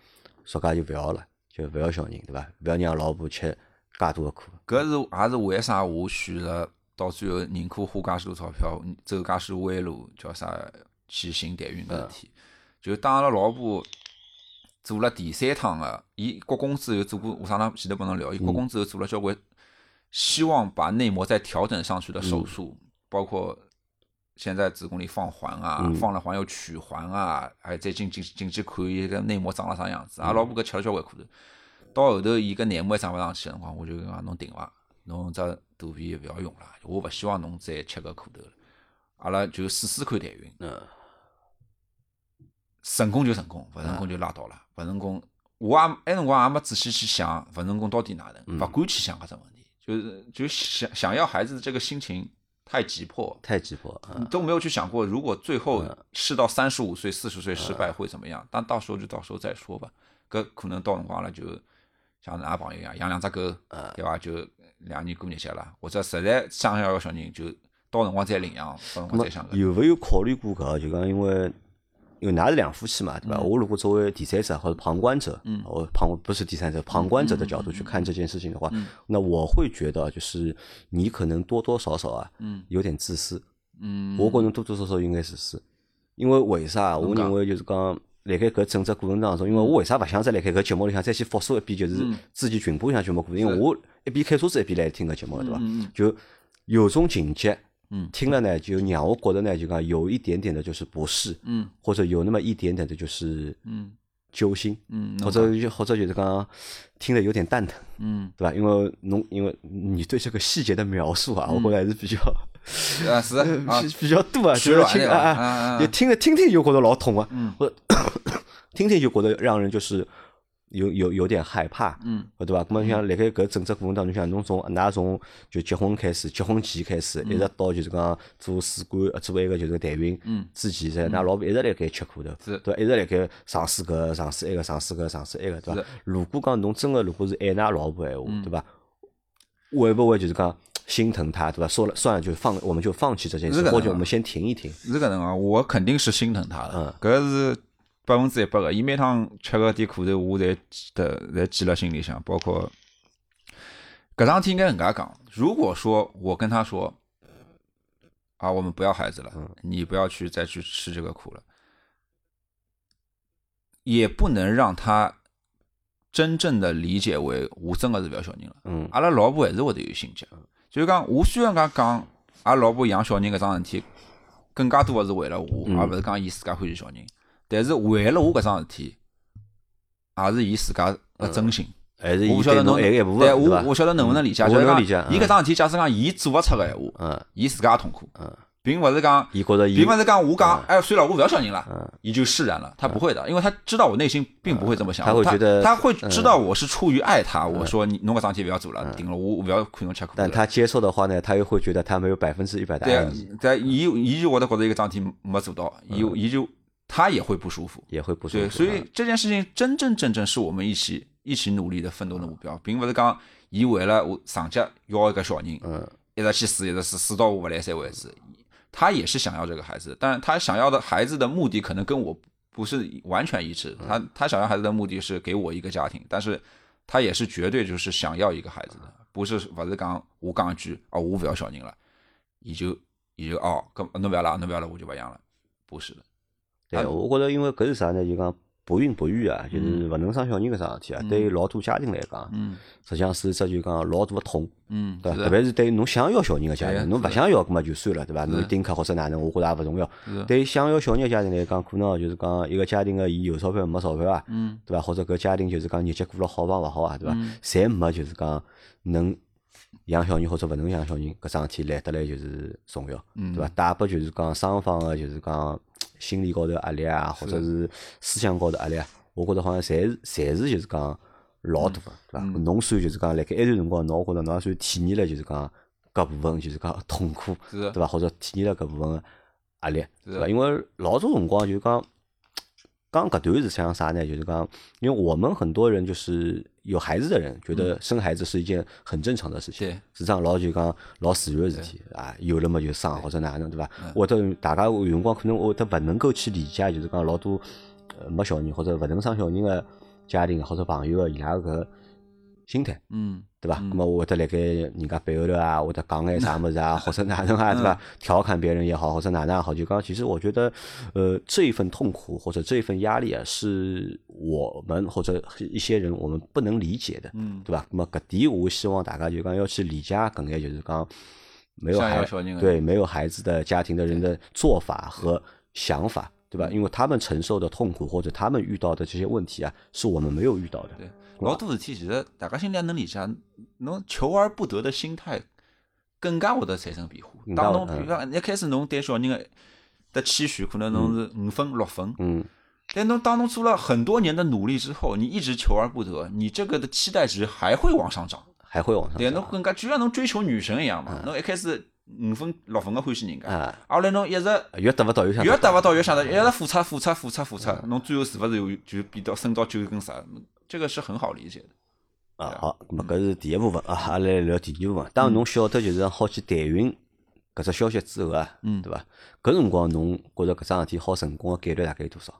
Speaker 1: 索介就勿要了，就勿要小人，对伐？勿要让老婆吃介大的苦。
Speaker 2: 搿是也是为啥我选择到最后宁可花介许多钞票嗯走介许多弯路，叫啥去寻代孕搿事体。就当阿拉老婆做了第三趟个，伊国公之后做过，我上趟前头帮侬聊，伊国公之后做了交关，希望把内膜再调整上去的手术，包括现在子宫里放环啊，放了环又取环啊，还再进进进去看伊个内膜长了啥样子。阿拉老婆搿吃了交关苦头。到后头伊搿内膜也长勿上去个辰光，我就讲侬停伐，侬只肚皮勿要用了，我勿希望侬再吃搿苦头了。阿拉就试试看代孕，
Speaker 1: 嗯
Speaker 2: 成功就成功，勿成功就拉倒了。勿成功，我也埃辰光也没仔细去想勿成功到底哪能，勿敢去想搿只问题，就是就想想要孩子的这个心情太急迫，
Speaker 1: 太急迫啊！
Speaker 2: 你都没有去想过，如果最后试到三十五岁、四十岁失败会怎么样？但到时候就到时候再说吧。搿可能到辰光了，就像㑚朋友一样，养两只狗，对伐？就两年过日脚了，或者实在想要个小人，就到辰光再领养，啊到辰光再想搿。
Speaker 1: 有没有考虑过搿？就讲因为因为㑚是两夫妻嘛，
Speaker 2: 嗯
Speaker 1: 对伐？我如果作为第三者或者旁观者，嗯，我旁不是第三者，旁观者
Speaker 2: 嗯
Speaker 1: 的角度去看这件事情的话，那我会觉得就是你可能多多少少啊，
Speaker 2: 嗯
Speaker 1: 有点自私。
Speaker 2: 嗯，
Speaker 1: 我觉着多多少少应该自私，因为为啥？我认为就是讲，辣盖搿整只过程当中，因
Speaker 2: 嗯
Speaker 1: 为我为啥勿想再辣盖搿节目里向再去复述一遍，就是之前群播里向节目过程，因为我一边开车子一边来听搿节目的，对伐？
Speaker 2: 嗯
Speaker 1: 就有种情节，
Speaker 2: 嗯
Speaker 1: 听了呢，就让我觉得呢，就讲有一点点的就是不适，
Speaker 2: 嗯
Speaker 1: 或者有那么一点点的就是
Speaker 2: 嗯
Speaker 1: 揪心，
Speaker 2: 嗯，
Speaker 1: 或者就或者就是讲听得有点蛋疼。
Speaker 2: 嗯
Speaker 1: 对吧？因为侬因为你对这个细节的描述啊，我觉得还是比较
Speaker 2: 啊嗯 是啊
Speaker 1: 比，比较多啊，
Speaker 2: 吃
Speaker 1: 就是
Speaker 2: 软
Speaker 1: 听
Speaker 2: 对
Speaker 1: 啊
Speaker 2: 吧？
Speaker 1: 啊
Speaker 2: 啊，啊
Speaker 1: 也听着听听就觉得老痛啊，
Speaker 2: 嗯
Speaker 1: 我 听听就觉得让人就是有有有点害怕，
Speaker 2: 嗯
Speaker 1: 对伐？咁么像辣盖搿整只过程当中，像侬从㑚从就结婚开始，结婚前开始，一直到就是讲做试管，呃做一个就是代孕
Speaker 2: 嗯
Speaker 1: 之前，噻，㑚老婆一直辣盖吃苦头，
Speaker 2: 是
Speaker 1: 对伐？一直辣盖尝试搿尝试埃个尝试搿尝试埃个，对伐
Speaker 2: 是？嗯
Speaker 1: 如果讲侬真个如果是爱㑚老婆闲话，对伐？会不会就是讲心疼她，对伐？说了算了，就放，我们就放弃这件
Speaker 2: 是
Speaker 1: 事，
Speaker 2: 搿能
Speaker 1: 或者
Speaker 2: 啊
Speaker 1: 我们先停一停。
Speaker 2: 是搿能啊，我肯定是心疼他的，搿是百分之一百个。伊每趟吃搿点苦头，我侪记得，侪记辣心里向。包括搿桩事体应该搿能介讲，如果说我跟他说啊，我们不要孩子了，你不要去再去吃这个苦了，也不能让他真正的理解为我真的是勿要小人了。
Speaker 1: 嗯
Speaker 2: 阿拉老婆还是会得有心结，就是讲我虽然讲讲阿拉老婆养小人搿桩事体，更加多的是为了我，
Speaker 1: 嗯
Speaker 2: 而勿是讲伊自家欢喜小人。但是为了我搿桩事体，也是伊自家个真心。
Speaker 1: 还是
Speaker 2: 我
Speaker 1: 伊
Speaker 2: 不
Speaker 1: 嗯
Speaker 2: 晓
Speaker 1: 对
Speaker 2: 得侬
Speaker 1: 侬爱
Speaker 2: 能，
Speaker 1: 个哎一部分，
Speaker 2: 对啊
Speaker 1: 对伐
Speaker 2: 我我晓得能不能理解。
Speaker 1: 嗯
Speaker 2: 就
Speaker 1: 我
Speaker 2: 是
Speaker 1: 能
Speaker 2: 讲
Speaker 1: 理解
Speaker 2: 伊
Speaker 1: 嗯
Speaker 2: 搿桩事体，假使讲伊做勿出个闲话，
Speaker 1: 嗯，
Speaker 2: 伊自家也痛苦
Speaker 1: 嗯，
Speaker 2: 并勿是讲，
Speaker 1: 伊觉着伊
Speaker 2: 并勿是讲我讲，哎，算了，我勿要小人了
Speaker 1: 嗯，嗯
Speaker 2: 伊就释然了。他不会的，因为他知道我内心并不会这么想，
Speaker 1: 他会觉得嗯
Speaker 2: 他会知道我是出于爱他，我说你侬搿桩事体勿要做了，顶了我我勿要看侬吃苦头了。
Speaker 1: 但他接受的话呢，他又会觉得他没有百分之一百的
Speaker 2: 对
Speaker 1: 爱
Speaker 2: 啊
Speaker 1: 你，，
Speaker 2: 但伊伊就会得觉得一个桩事体没做到，伊伊就他也会不舒服。
Speaker 1: 也会嗯不舒服。啊嗯
Speaker 2: 对，所以这件事情真真正正是我们一起一起努力的奋斗
Speaker 1: 嗯
Speaker 2: 的目标，并不是讲伊为了我上级要一个小人，
Speaker 1: 嗯，
Speaker 2: 一直去试，一直试，试到我不来三为止。他也是想要这个孩子，但他想要的孩子的目的可能跟我不是完全一
Speaker 1: 嗯
Speaker 2: 致。他他想要孩子的目的是给我一个家庭，但是他也是绝对就是想要一个孩子
Speaker 1: 嗯
Speaker 2: 的，不是不是讲我讲一句啊，我不要小人了，伊就伊就哦，搿侬不要了，侬不要了，我就不养了，不是的，
Speaker 1: 对，啊
Speaker 2: 啊
Speaker 1: 我觉着因为搿是啥呢？就讲不孕不育啊，就是勿能生小人搿桩事体啊，对于老多家庭来讲，
Speaker 2: 嗯
Speaker 1: 实际上是一只就讲老大的痛，
Speaker 2: 嗯，
Speaker 1: 对
Speaker 2: 是
Speaker 1: 伐？
Speaker 2: 的
Speaker 1: 特别是对于侬想要小人个家
Speaker 2: 对啊
Speaker 1: 庭，侬
Speaker 2: 是
Speaker 1: 勿
Speaker 2: 的
Speaker 1: 想要，葛么就算了，对伐？侬丁克或者哪能，我觉着也勿重要。
Speaker 2: 是
Speaker 1: 对于想要小人个家庭来讲，可能哦就是讲一个家庭个伊有钞票没钞票啊，
Speaker 2: 嗯
Speaker 1: 对伐？或者搿家庭就是讲日脚过了好帮勿好啊，对伐？侪没就是讲能养小人或者勿能养小人搿桩事体来得来就是重要，对伐？带拨就是讲双方个就是讲心理高头压力啊，或者是思想高头压力啊，我觉着好像侪是侪是就是讲老大个，对伐？侬算就是讲辣盖埃段辰光，侬觉着侬也算体验了就是讲搿部分就是讲痛苦，
Speaker 2: 是的
Speaker 1: 对伐？或者体验了搿部分个压力，
Speaker 2: 是
Speaker 1: 对伐？因为老早辰光就讲，讲搿段是像啥呢？就是讲，因为我们很多人就是有孩子的人，觉得生孩子是一件很正常的事情，
Speaker 2: 嗯对
Speaker 1: 实际上老就讲老自然的事体啊，有了么就生或者哪能，对伐？
Speaker 2: 嗯
Speaker 1: 或者大家有辰光可能会得勿能够去理解，就是讲老多呃没小人或者勿能生小人个家庭或者朋友个伊拉个搿心态，
Speaker 2: 嗯
Speaker 1: 对伐？那么我会得辣盖人家背后头啊，会得讲眼啥物事啊，或者哪能啊，对伐？
Speaker 2: 嗯
Speaker 1: 调侃别人也好，或者哪能也好，就讲其实我觉得，呃，这一份痛苦或者这一份压力啊，是我们或者一些人我们不能理解的，
Speaker 2: 嗯
Speaker 1: 对伐？那么搿点我希望大家就讲要去理解搿眼就是讲没有
Speaker 2: 想要
Speaker 1: 孩
Speaker 2: 小人的
Speaker 1: 对没有孩子的家庭的人的做法和想法，对
Speaker 2: 嗯
Speaker 1: 吧？因为他们承受的痛苦或者他们遇到的这些问题啊，是我们没有遇到的。
Speaker 2: 对，老多事体其实大家心里也能理解，侬求而不得的心态更加会得产生变化。
Speaker 1: 嗯
Speaker 2: 当
Speaker 1: 那
Speaker 2: 侬
Speaker 1: 我
Speaker 2: 比如讲一开始侬对小人的的期许，可能侬是五分六分，
Speaker 1: 嗯，
Speaker 2: 但侬当侬做了很多年的努力之后，你一直求而不得，你这个的期待值还会往上涨。
Speaker 1: 还会往上
Speaker 2: 对，
Speaker 1: 涨
Speaker 2: 侬更加就像侬追求女神一样
Speaker 1: 嗯
Speaker 2: 嘛，侬一开始五分六分的欢喜人家，
Speaker 1: 啊，
Speaker 2: 后来侬一直
Speaker 1: 越得不到越嗯想
Speaker 2: 越达勿到越想着，一直付出付出付出付出，侬最后是勿是有就变到升到九跟啥？这个是很好理解的。
Speaker 1: 啊。好，那么搿是第一部分啊，阿拉来聊第二部分。
Speaker 2: 嗯
Speaker 1: 当侬晓得就是好去台云搿只消息之后啊，
Speaker 2: 嗯
Speaker 1: 对伐？搿辰光侬觉着搿桩事体好成功的概率大概有多少？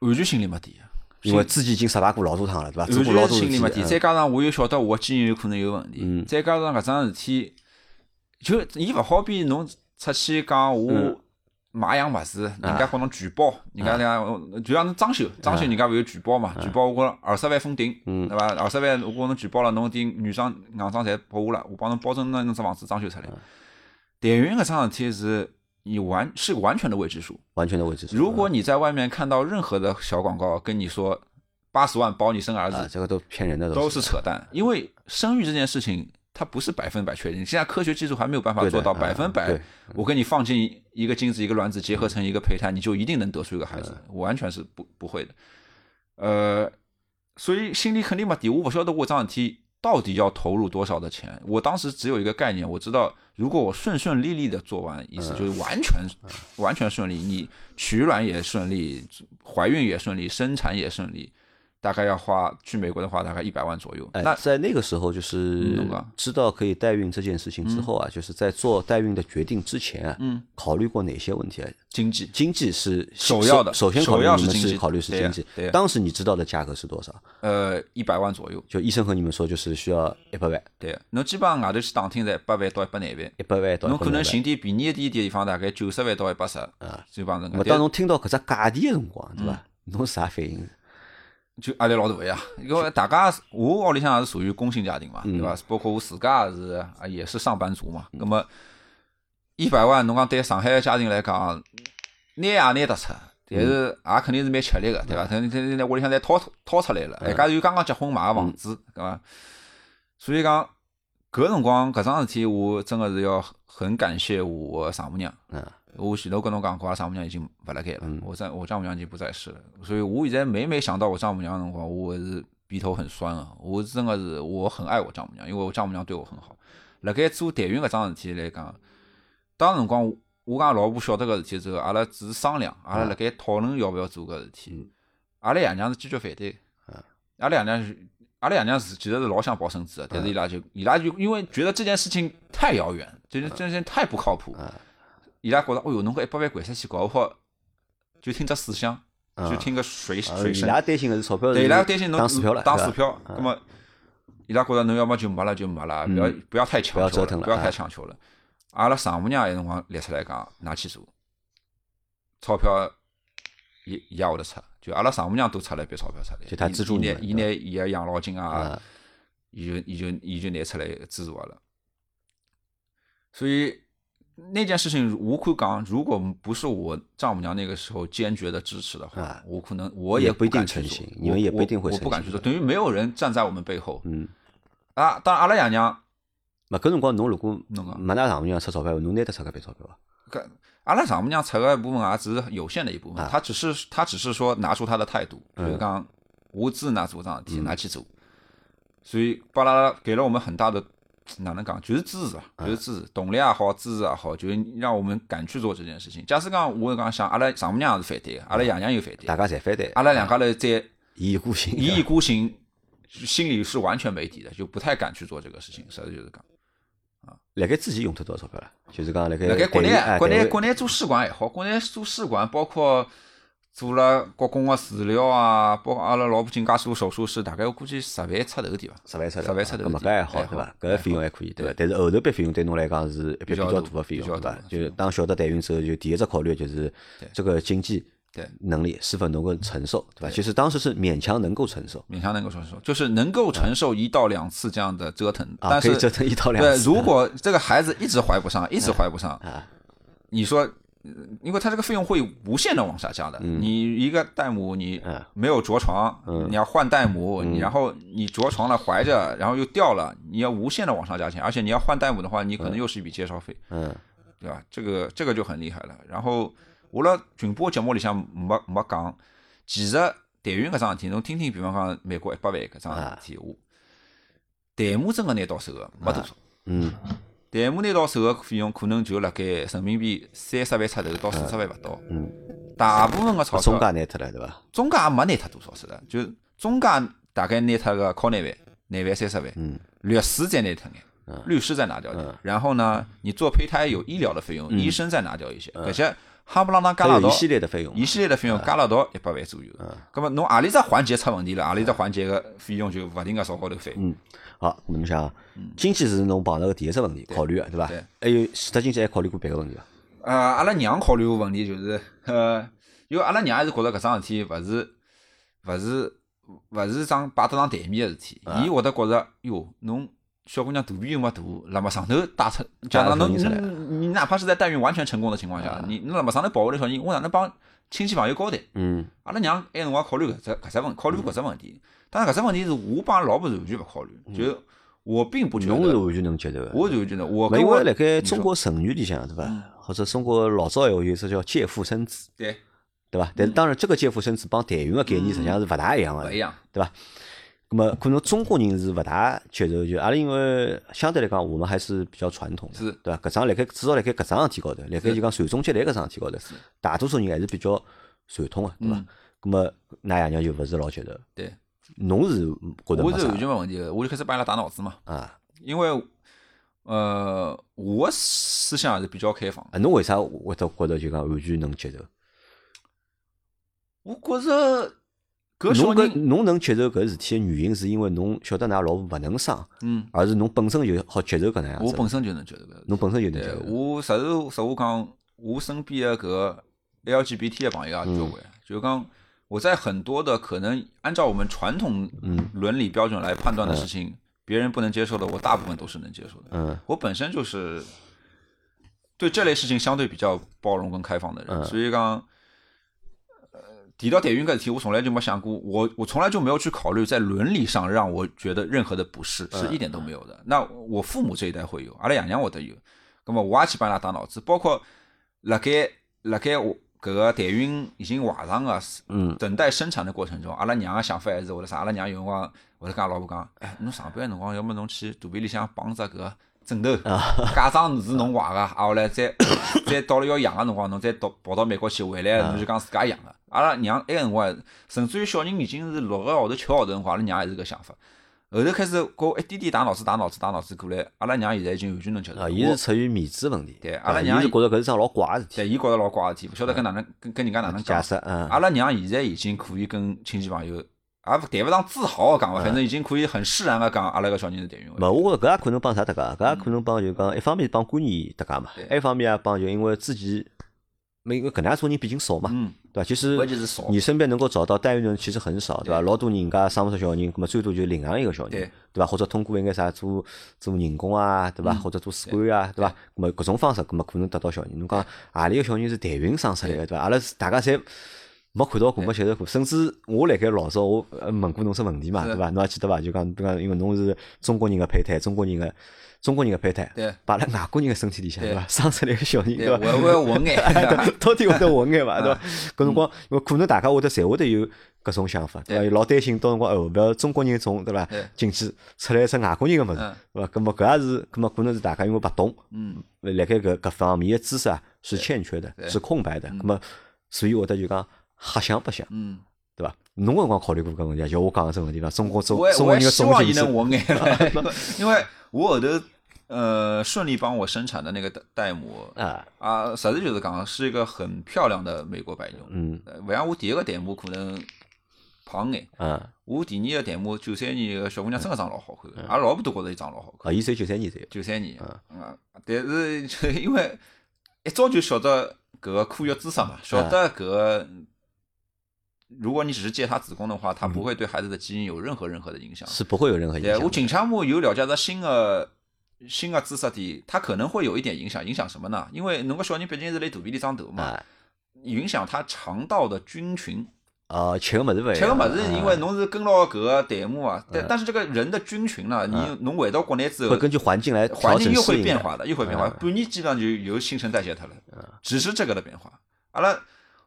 Speaker 2: 完全心里没底，
Speaker 1: 因为自己已经失败过老多趟了，对伐？做
Speaker 2: 完
Speaker 1: 过啊老
Speaker 2: 啊
Speaker 1: 多
Speaker 2: 全
Speaker 1: 事啊
Speaker 2: 心里没
Speaker 1: 体
Speaker 2: 底。。再加上我又晓得我经验有可能有问题
Speaker 1: 嗯，
Speaker 2: 再加上搿桩事体，就伊勿好比侬出去讲我
Speaker 1: 嗯啊
Speaker 2: 买样物事，人家帮侬举报，人家讲就像侬装修，装修人家勿有举报嘛？
Speaker 1: 啊
Speaker 2: 举报我讲二十万封顶，
Speaker 1: 嗯
Speaker 2: 对伐？二十万我讲侬举报了，侬顶原装硬装侪拨我了，我帮侬保证那侬只房子装修出来。
Speaker 1: 啊
Speaker 2: 台云搿桩事体是。你完是完全的未知数，
Speaker 1: 完全的未知数。
Speaker 2: 如果你在外面看到任何的小广告跟你说八十万包你生
Speaker 1: 啊，
Speaker 2: 儿子，
Speaker 1: 这个都骗人的
Speaker 2: 都
Speaker 1: 是
Speaker 2: 是扯淡，因为生育这件事情它不是百分百确定，现在科学技术还没有办法
Speaker 1: 对的
Speaker 2: 做到
Speaker 1: 嗯
Speaker 2: 百分百
Speaker 1: 对。
Speaker 2: 我跟你放进一个精子一个卵子结合成一个胚胎，你就一定能得出一个孩子，
Speaker 1: 嗯
Speaker 2: 完全是不不会的。呃，所以心里肯定没底，我不晓得我这桩事体到底要投入多少的钱。我当时只有一个概念，我知道如果我顺顺利利的做完，意思
Speaker 1: 嗯
Speaker 2: 就是完全、完全顺利，你取卵也顺利，怀孕也顺利，生产也顺利，大概要花去美国的话大概一百万左右。
Speaker 1: 哎，
Speaker 2: 那嗯
Speaker 1: 在那个时候就是
Speaker 2: 懂了
Speaker 1: 知道可以代孕这件事情之后啊，就是在做代孕的决定之前啊，
Speaker 2: 嗯，
Speaker 1: 考虑过哪些问题啊？
Speaker 2: 经济
Speaker 1: 经济是
Speaker 2: 首要的
Speaker 1: 首首先考虑
Speaker 2: 首要
Speaker 1: 你
Speaker 2: 是
Speaker 1: 们
Speaker 2: 经济
Speaker 1: 考虑是
Speaker 2: 对呀
Speaker 1: 经济
Speaker 2: 对呀。
Speaker 1: 当时你知道的价格是多少？
Speaker 2: 呃一百万左右，
Speaker 1: 就医生和你们说，就是需要一百万，
Speaker 2: 对，侬基本上外头去打听在一百万到一百廿万。
Speaker 1: 一百万到
Speaker 2: 侬可能
Speaker 1: 100万。
Speaker 2: 寻点便宜一点的地方，大概九十万到一百十，就帮人
Speaker 1: 嗯那
Speaker 2: 家。
Speaker 1: 么
Speaker 2: 但
Speaker 1: 当侬听到搿只价钿的辰光，对伐？
Speaker 2: 嗯
Speaker 1: 侬是啥反应？
Speaker 2: 就压力老大呀，因为大家我屋里向也是属于工薪家庭嘛，对伐？包括我自家也是啊，也是上班族嘛。那么一百万，侬讲对上海的家庭来讲，拿也拿得出，但是也肯定是蛮吃力个，对伐？等等在屋里向侪掏掏出来了，一家头又刚刚结婚买个房子，对伐？所以讲搿辰光搿桩事体，我真个是要很感谢我丈母娘。
Speaker 1: 嗯，
Speaker 2: 我前头跟侬讲过，阿拉丈母娘已经勿辣盖了，我丈我丈母娘已经不在世了，所以我现在每每想到我丈母娘的辰光，我是鼻头很酸啊！我真的是我很爱我丈母娘，因为我丈母娘对我很好。辣盖做代孕搿桩事体来讲，当辰光我我跟阿拉老婆晓得搿事体之后，阿拉只是商量，阿拉辣
Speaker 1: 啊
Speaker 2: 盖讨论要勿要做搿事
Speaker 1: 嗯
Speaker 2: 体。阿拉爷娘是坚决反对，
Speaker 1: 啊
Speaker 2: 阿拉爷娘是阿拉爷娘是其实是老想抱孙子的，但是伊拉
Speaker 1: 啊
Speaker 2: 就伊拉就因为觉得这件事情太遥远，这件这件事情太不靠谱，
Speaker 1: 啊
Speaker 2: 伊拉觉得，哦哟，侬搿一百万掼出去，搞勿好就听只水响，就听个水
Speaker 1: 啊
Speaker 2: 水
Speaker 1: 伊
Speaker 2: 声。
Speaker 1: 拉担心的是钞票，
Speaker 2: 对伊拉担心侬嗯
Speaker 1: 打水漂了，
Speaker 2: 打
Speaker 1: 是吧嗯
Speaker 2: 水漂，那么伊拉觉着侬要么就没了就没了，不要不要太强
Speaker 1: 不要
Speaker 2: 求
Speaker 1: 折腾了
Speaker 2: 不要太
Speaker 1: 啊
Speaker 2: 强求了。阿拉丈母娘有辰光列出来讲，㑚去做，钞票也也会得出，就阿拉丈母娘都出了一笔钞票出来，
Speaker 1: 就她资助
Speaker 2: 伊
Speaker 1: 你
Speaker 2: 拿
Speaker 1: 们
Speaker 2: 伊拿伊个养老金啊
Speaker 1: 啊，
Speaker 2: 伊就伊就伊就拿出来资助阿拉。所以那件事情，我可以讲，如果不是我丈母娘那个时候坚决的支持的话，
Speaker 1: 啊
Speaker 2: 我可能我
Speaker 1: 也
Speaker 2: 不
Speaker 1: 不一定
Speaker 2: 敢去
Speaker 1: 成
Speaker 2: 做
Speaker 1: 型
Speaker 2: 我
Speaker 1: 你们也不
Speaker 2: 我
Speaker 1: 一定会
Speaker 2: 我
Speaker 1: 成
Speaker 2: 不敢
Speaker 1: 型
Speaker 2: 去做，等于没有人站在我们背后
Speaker 1: 嗯。
Speaker 2: 啊。当然，阿拉爷娘，
Speaker 1: 那搿辰光侬如果
Speaker 2: 侬讲
Speaker 1: 没拿丈母娘出钞票，侬拿得出搿笔钞票啊伐？
Speaker 2: 搿阿拉丈母娘出个一部分也只是有限的一部分，她只是她只是说拿出她的态度，就是讲我支持㑚做桩事体，啊㑚去做。所以巴拉拉给了我们很大的哪能讲，就是支持吧，就是支持，动力也好，支持也好，就是让我们敢去做这件事情。假使讲我讲想，阿拉丈母娘也是反对的，阿嗯拉爷娘又反对
Speaker 1: 大
Speaker 2: 的，
Speaker 1: 家侪反对，
Speaker 2: 阿拉两家头在
Speaker 1: 一意孤行，
Speaker 2: 一意孤行，心里是完全没底的，就不太敢去做这个事情。实际就是讲，
Speaker 1: 辣盖自己用脱多少钞票了？就是讲辣盖
Speaker 2: 辣盖国内
Speaker 1: 台湾，哎
Speaker 2: 国
Speaker 1: 台
Speaker 2: 内
Speaker 1: 湾
Speaker 2: 国内做试管也好，国内做试管包括做了国公个治疗啊，包括阿拉老婆进介许多手术室，大概我估计十万出头地方。
Speaker 1: 十万出头，
Speaker 2: 10万出头
Speaker 1: 搿么搿还好对
Speaker 2: 还
Speaker 1: 伐
Speaker 2: 哎好？
Speaker 1: 搿个费用还可以对伐
Speaker 2: 对？
Speaker 1: 但是后头笔费用对侬来讲是一笔比
Speaker 2: 较
Speaker 1: 较
Speaker 2: 大
Speaker 1: 大个费用
Speaker 2: 比较
Speaker 1: 对
Speaker 2: 大
Speaker 1: 伐
Speaker 2: 的？费
Speaker 1: 就是当晓得代孕之后，就第一只考虑就是这个经济
Speaker 2: 对
Speaker 1: 能力是否能够承受对伐？其实当时是勉强能够承受
Speaker 2: 勉强能够承受，就是能够承受一到两次这样的折腾，
Speaker 1: 啊，
Speaker 2: 但
Speaker 1: 可以
Speaker 2: 是
Speaker 1: 折腾一到两
Speaker 2: 对，
Speaker 1: 次。
Speaker 2: 如果这个孩子一直怀不上，一直怀不上，
Speaker 1: 啊
Speaker 2: 你说，嗯因为他这个费用会无限的往下降的。你一个代母，你
Speaker 1: 嗯
Speaker 2: 没有着床，你要换代母，你然后你着床了怀着，然后又掉了，你要无限的往上加钱，而且你要换代母的话，你可能又是一笔介绍费，
Speaker 1: 嗯
Speaker 2: 对吧？这个这个就很厉害了。然后我辣群播节目里向没没讲，其实代孕搿桩事体，侬听听，比方讲美国一百万搿桩事
Speaker 1: 啊
Speaker 2: 体，我代母真个拿到手个没多少。
Speaker 1: 嗯
Speaker 2: 代母拿到手个费用可能就辣盖人民币三十万出头到四十万勿到，
Speaker 1: 嗯，
Speaker 2: 大部分个钞
Speaker 1: 中
Speaker 2: 票
Speaker 1: 介拿脱了对伐？
Speaker 2: 中介也没拿脱多少，是的，就中介大概拿脱个靠廿万、廿万、三十万，
Speaker 1: 嗯
Speaker 2: 律师再拿脱眼，律师再拿掉点，然后呢，你做胚胎有医疗的费用，医生再拿掉一些，搿些哈不啷当
Speaker 1: 嗯
Speaker 2: 加
Speaker 1: 还
Speaker 2: 了
Speaker 1: 有
Speaker 2: 到
Speaker 1: 一系列的费用嘛啊嗯
Speaker 2: 一。系列的费用加了到一百万左右。葛么侬何里只环节出问题了，何里只环节个费用就勿停个朝高头
Speaker 1: 嗯
Speaker 2: 翻。
Speaker 1: 好，那侬想，经济是侬碰到个第一只问题，考虑个对伐
Speaker 2: 嗯对？
Speaker 1: 还有除脱经济还考虑过别个问题伐？
Speaker 2: 呃，阿拉娘考虑个问题就是，呃，因为阿拉娘还是觉着搿桩事体勿是勿是勿是桩摆得上台面个事体，
Speaker 1: 啊
Speaker 2: 伊会得觉着哟，侬小姑娘肚皮又没大，那么上头带出，假如
Speaker 1: 带
Speaker 2: 侬
Speaker 1: 出人
Speaker 2: 你
Speaker 1: 才来啊
Speaker 2: 你哪怕是在代孕完全成功的情况下，你你那么上头保护了小人，我哪能帮亲戚朋友交代？
Speaker 1: 嗯
Speaker 2: 阿拉娘埃辰光考虑搿只搿只问，考虑过搿只问题，但是搿只问题是我帮老婆是完全勿考虑，就是我并不觉
Speaker 1: 嗯侬是
Speaker 2: 得，
Speaker 1: 完全能接受个。
Speaker 2: 我是完全的，我
Speaker 1: 没
Speaker 2: 哦跟
Speaker 1: 因
Speaker 2: 我嗯
Speaker 1: 为辣盖中国成语里向，对伐？或者中国老早有一只叫“借腹生子
Speaker 2: 对”，
Speaker 1: 对
Speaker 2: 嗯
Speaker 1: 伐？但是当然，这个“借腹生子”帮代孕个概念实际上是勿大一样个
Speaker 2: 勿，一样，
Speaker 1: 对伐？那么可能中国人是勿大接受，就阿啊拉因为相对来讲，我们还是比较传统的，
Speaker 2: 是
Speaker 1: 对伐？搿桩辣盖至少辣盖搿桩事体高头，辣盖就讲传宗接代搿桩事体高头，大多数人还是比较传统个，对
Speaker 2: 嗯
Speaker 1: 伐？那么㑚爷娘就勿是老接受，
Speaker 2: 对。
Speaker 1: 侬是觉得
Speaker 2: 我
Speaker 1: 没
Speaker 2: 是完
Speaker 1: 啥
Speaker 2: 全没问题的，我就开始帮伊拉打脑子嘛。
Speaker 1: 啊？
Speaker 2: 因为呃，我思想还是比较开放的。
Speaker 1: 啊侬为啥会得觉得就讲完全能接受？
Speaker 2: 我觉着搿小
Speaker 1: 侬搿
Speaker 2: 人，
Speaker 1: 侬能接受搿事体的原因，是因为侬晓得㑚老婆勿能生，
Speaker 2: 嗯，
Speaker 1: 而是侬本身就好接受搿能样
Speaker 2: 我
Speaker 1: 子。
Speaker 2: 本身就能觉得搿。
Speaker 1: 嗯侬本身就能接
Speaker 2: 对，
Speaker 1: 受。
Speaker 2: 我实事实话讲，我身边的搿个 LGBT 的朋友啊也交关，
Speaker 1: 嗯
Speaker 2: 就讲我在很多的可能按照我们传统
Speaker 1: 嗯
Speaker 2: 伦理标准来判断的事情，别人不能接受的，我大部分都是能接受的。
Speaker 1: 嗯
Speaker 2: 我本身就是对这类事情相对比较包容跟开放的人，所以讲，呃，提到代孕个事体，我从来就没想过，我我从来就没有去考虑在伦理上让我觉得任何的不适，是一点都没有的。那我父母这一代会有，阿拉爷娘会得有，那么我也去帮伊拉打脑子，包括辣盖辣盖我。搿个代孕已经怀上个，
Speaker 1: 嗯，
Speaker 2: 等待生产的过程中，阿拉娘个想法还是会得啥？阿拉娘有辰光会得跟阿拉老婆讲，哎，侬上班个辰光，要么侬去肚皮里向绑只搿个枕头，
Speaker 1: 啊
Speaker 2: 假装是侬怀个，啊，后来再 再到了要养个辰光，侬再到跑到美国去，回来
Speaker 1: 啊
Speaker 2: 侬就讲自家养个。阿拉娘埃个辰光，甚至于小人已经是六个号头、七个号头辰光，阿拉娘还是搿想法。后头开始跟我一点点打脑子、打脑子、打脑子过来，阿拉娘现在已经完全能接受
Speaker 1: 啊，
Speaker 2: 了。
Speaker 1: 伊
Speaker 2: 呃我
Speaker 1: 是出于面子问题，
Speaker 2: 对
Speaker 1: 啊
Speaker 2: 阿拉娘
Speaker 1: 伊是觉着搿是桩老怪个事体。
Speaker 2: 对伊觉着老怪个事体，勿晓得跟哪能跟跟人家哪能
Speaker 1: 假
Speaker 2: 讲。
Speaker 1: 设嗯
Speaker 2: 阿拉娘现在已经可以跟亲戚朋友，也勿谈勿上自豪个讲
Speaker 1: 嗯
Speaker 2: 伐，反正已经可以很释然个讲，阿拉个小人是代孕个。
Speaker 1: 勿，我觉着搿也可能帮啥搭界，搿也可能帮就讲一方面帮观念搭界嘛，
Speaker 2: 对
Speaker 1: 还一方面也帮就因为之前，没因为搿能样做人毕竟少嘛，
Speaker 2: 嗯，
Speaker 1: 对伐？其实
Speaker 2: 关键是少
Speaker 1: 你身边能够找到代孕人其实很少，对伐？老多人家生勿出小人，葛么最多就领养一个小人
Speaker 2: 对，
Speaker 1: 对伐？或者通过一眼啥做做人工啊，对
Speaker 2: 嗯
Speaker 1: 伐？或者做试管啊，对伐？葛么搿种方式，葛么可能得到小人。侬讲何里个小人是代孕生出来个，对伐？阿拉是大家侪。没看到过，没接受过，甚至我辣盖老早我呃问过侬只问题嘛，
Speaker 2: 是
Speaker 1: 对伐？侬还记得伐？就讲对伐？因为侬是中国人个胚胎，中国人个中国人个胚胎
Speaker 2: 对，
Speaker 1: 摆辣外国人个身体里向，
Speaker 2: 对
Speaker 1: 对伐？生出来个小人，
Speaker 2: 对，
Speaker 1: 伐？
Speaker 2: 我我要 文
Speaker 1: 哎
Speaker 2: 眼。
Speaker 1: 到底会得混 眼伐，
Speaker 2: 啊
Speaker 1: 对伐？搿辰光，因为可能大家会得侪会得有搿种想法，对伐？
Speaker 2: 对
Speaker 1: 老担心到辰光哦，勿要中国人种对伐
Speaker 2: 对？
Speaker 1: 进去出来一只外国人个物事
Speaker 2: 嗯，
Speaker 1: 对伐？搿么搿也是，搿么可能是大家因为勿懂，
Speaker 2: 嗯，
Speaker 1: 辣盖搿搿方面个知识啊是欠缺的，是空白的，搿么所以会得就讲瞎想白想，
Speaker 2: 嗯，
Speaker 1: 对伐？侬搿辰光考虑过搿问题啊？就我讲个只问题伐？中国中
Speaker 2: 我也
Speaker 1: 中
Speaker 2: 我
Speaker 1: 国
Speaker 2: 也
Speaker 1: 人个
Speaker 2: 希
Speaker 1: 中
Speaker 2: 望
Speaker 1: 性
Speaker 2: 伊
Speaker 1: 是
Speaker 2: 能活眼了，因为我后头呃顺利帮我生产的那个代代码
Speaker 1: 啊，
Speaker 2: 啊，实事求是讲，是一个很漂亮的美国白牛。
Speaker 1: 嗯
Speaker 2: 呃勿像我第一个代码可能胖眼，
Speaker 1: 啊，
Speaker 2: 我第二个代码九三年个小姑娘真个长老好看
Speaker 1: 嗯
Speaker 2: 个，阿拉老婆都觉着伊长老好看。
Speaker 1: 啊，伊只有九三年才有，
Speaker 2: 九三年，
Speaker 1: 嗯
Speaker 2: 啊，但是就因为一早就晓得搿个科学知识嘛，
Speaker 1: 嗯
Speaker 2: 晓得搿个，如果你只是借他子宫的话，他不会对孩子的基因有任何任何的影响。
Speaker 1: 嗯是不会有任何影
Speaker 2: 对，
Speaker 1: 响
Speaker 2: 我
Speaker 1: 的。
Speaker 2: 近腔目有了解到新的新的知识点，它可能会有一点影响。影响什么呢？因为侬个小人毕竟是辣肚皮里长大嘛，
Speaker 1: 啊
Speaker 2: 影响他肠道的菌群。
Speaker 1: 啊，吃个物事勿一样。
Speaker 2: 吃个物事，
Speaker 1: 嗯
Speaker 2: 因为侬是跟牢搿个代码啊，但但是这个人的菌群呢，你侬回到国内之
Speaker 1: 嗯会
Speaker 2: 后，
Speaker 1: 根据环境来
Speaker 2: 环
Speaker 1: 调
Speaker 2: 境
Speaker 1: 整
Speaker 2: 又
Speaker 1: 适
Speaker 2: 会
Speaker 1: 应嗯
Speaker 2: 变化的，又会变化，半年基本上就有新陈代谢脱了，只是这个的变化。阿拉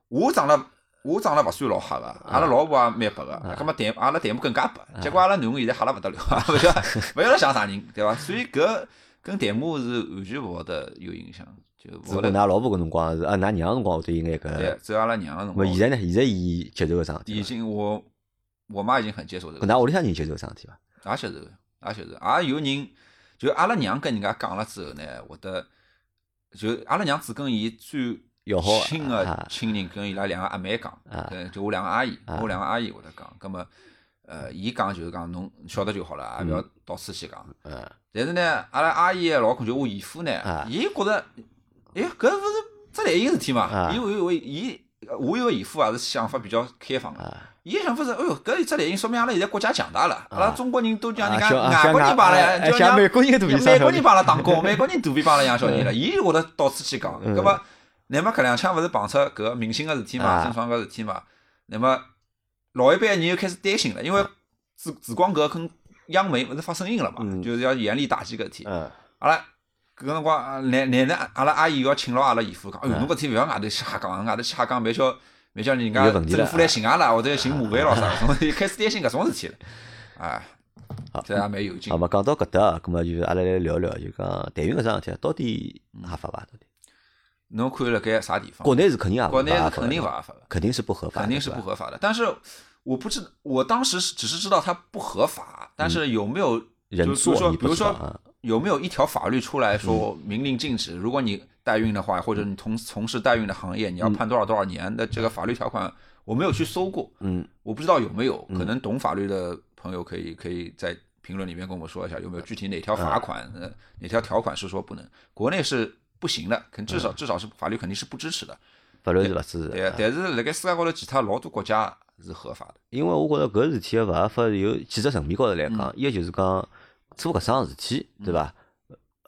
Speaker 2: 我长了，我长了勿算老黑个，
Speaker 1: 嗯
Speaker 2: 阿拉老婆也蛮白个，葛末弹阿拉弹幕更加白，结果阿拉囡恩现在黑了勿得了， 勿晓得勿晓得像啥人，对伐？所以搿跟弹幕是完全勿会得有影响，就
Speaker 1: 只
Speaker 2: 勿
Speaker 1: 不过
Speaker 2: 会得。
Speaker 1: 㑚老婆搿辰光是啊，㑚娘辰光会得有眼
Speaker 2: 对
Speaker 1: 搿。，
Speaker 2: 只有阿拉娘个辰
Speaker 1: 咾么
Speaker 2: 光
Speaker 1: 现，在呢？现在伊接受搿桩事体
Speaker 2: 已
Speaker 1: 伐，
Speaker 2: 经我我妈已经很接受这
Speaker 1: 搿
Speaker 2: 个。
Speaker 1: 㑚屋里向人接受搿桩事体伐？
Speaker 2: 也晓得个，也晓得，也有人就阿拉娘跟人家讲了之后呢，会得就阿拉娘只跟伊最
Speaker 1: 要好
Speaker 2: 亲
Speaker 1: 啊
Speaker 2: 个亲人跟伊拉两个阿妹讲
Speaker 1: 啊，
Speaker 2: 跟就我两个阿姨，我两个阿姨会得讲，葛么呃，伊讲就是讲侬晓得就好了，也勿要到处去讲。
Speaker 1: 嗯，
Speaker 2: 但是呢，阿拉阿姨个老公就我姨夫
Speaker 1: 啊
Speaker 2: 呢，伊觉着，哎，搿勿是只来伊个事体嘛
Speaker 1: 啊？
Speaker 2: 因为我伊我有个姨夫也是想法比较开放个
Speaker 1: 啊，
Speaker 2: 伊想法是，哎哟，搿一只联姻说明阿拉现在国家强大了，阿拉中国人都像
Speaker 1: 啊
Speaker 2: 人家
Speaker 1: 像啊
Speaker 2: 外国人帮阿
Speaker 1: 像
Speaker 2: 拉，
Speaker 1: 啊
Speaker 2: 就
Speaker 1: 像
Speaker 2: 像
Speaker 1: 美国人肚皮上嗯
Speaker 2: 美国人帮阿拉 打工，美国人肚皮帮阿拉养小人了，伊就会得到处去讲，葛么，乃末搿两枪勿是碰出搿个明星个事体
Speaker 1: 啊
Speaker 2: 嘛，郑爽个事体嘛，乃末老一辈人又开始担心了，因为紫紫光阁跟央媒勿是发声音了嘛，
Speaker 1: 嗯
Speaker 2: 就是要严厉打击搿事体，
Speaker 1: 嗯，
Speaker 2: 阿拉搿辰光，啊奶奶奶阿拉阿姨要请牢阿拉姨夫讲，哎
Speaker 1: 嗯
Speaker 2: 哟，侬搿天勿要外头去瞎讲，外头去瞎讲，别叫别叫人家
Speaker 1: 有问题了啊
Speaker 2: 政府来寻阿拉，或者寻麻烦 咯啥，搿种开始担心搿种事体了，啊
Speaker 1: 好，
Speaker 2: 这也蛮有劲
Speaker 1: 好。嘛，讲到搿搭，葛末就是阿拉来聊聊，就讲代孕搿桩事体到底合法伐？到底
Speaker 2: 侬看辣盖啥地方？
Speaker 1: 国内是肯定合法，
Speaker 2: 嗯国内
Speaker 1: 勿合
Speaker 2: 是
Speaker 1: 法
Speaker 2: 肯定勿
Speaker 1: 的，
Speaker 2: 合法的，
Speaker 1: 肯定是不合法的，
Speaker 2: 肯定是
Speaker 1: 对
Speaker 2: 不
Speaker 1: 吧
Speaker 2: 合法的。但是我不知，我当时是只是知道它不合法，但是有没有
Speaker 1: 嗯人
Speaker 2: 就比如
Speaker 1: 做，
Speaker 2: 说
Speaker 1: 你
Speaker 2: 比如
Speaker 1: 不知道
Speaker 2: 说
Speaker 1: 啊，嗯
Speaker 2: 有没有一条法律出来说明令禁止？如果你代孕的话，或者你从从事代孕的行业，你
Speaker 1: 嗯
Speaker 2: 要判多少多少年的这个法律条款，我没有去搜过，
Speaker 1: 嗯，
Speaker 2: 我不知道有没有。可能懂法律的朋友可以可以在评论里面跟我们说一下，有没有具体哪
Speaker 1: 啊
Speaker 2: 条罚款，呃，哪条条款是说不能？国内是不行的，肯至少
Speaker 1: 啊
Speaker 2: 至少是法律肯定是不支持的。
Speaker 1: 法律是勿支持
Speaker 2: 对
Speaker 1: 的
Speaker 2: 啊，。但是辣盖世界高头其他老多国家是合法的。
Speaker 1: 因为我觉着搿事体个勿合法有几只层面高头来
Speaker 2: 嗯
Speaker 1: 讲，一个就是讲做搿桩事体，对伐？
Speaker 2: 嗯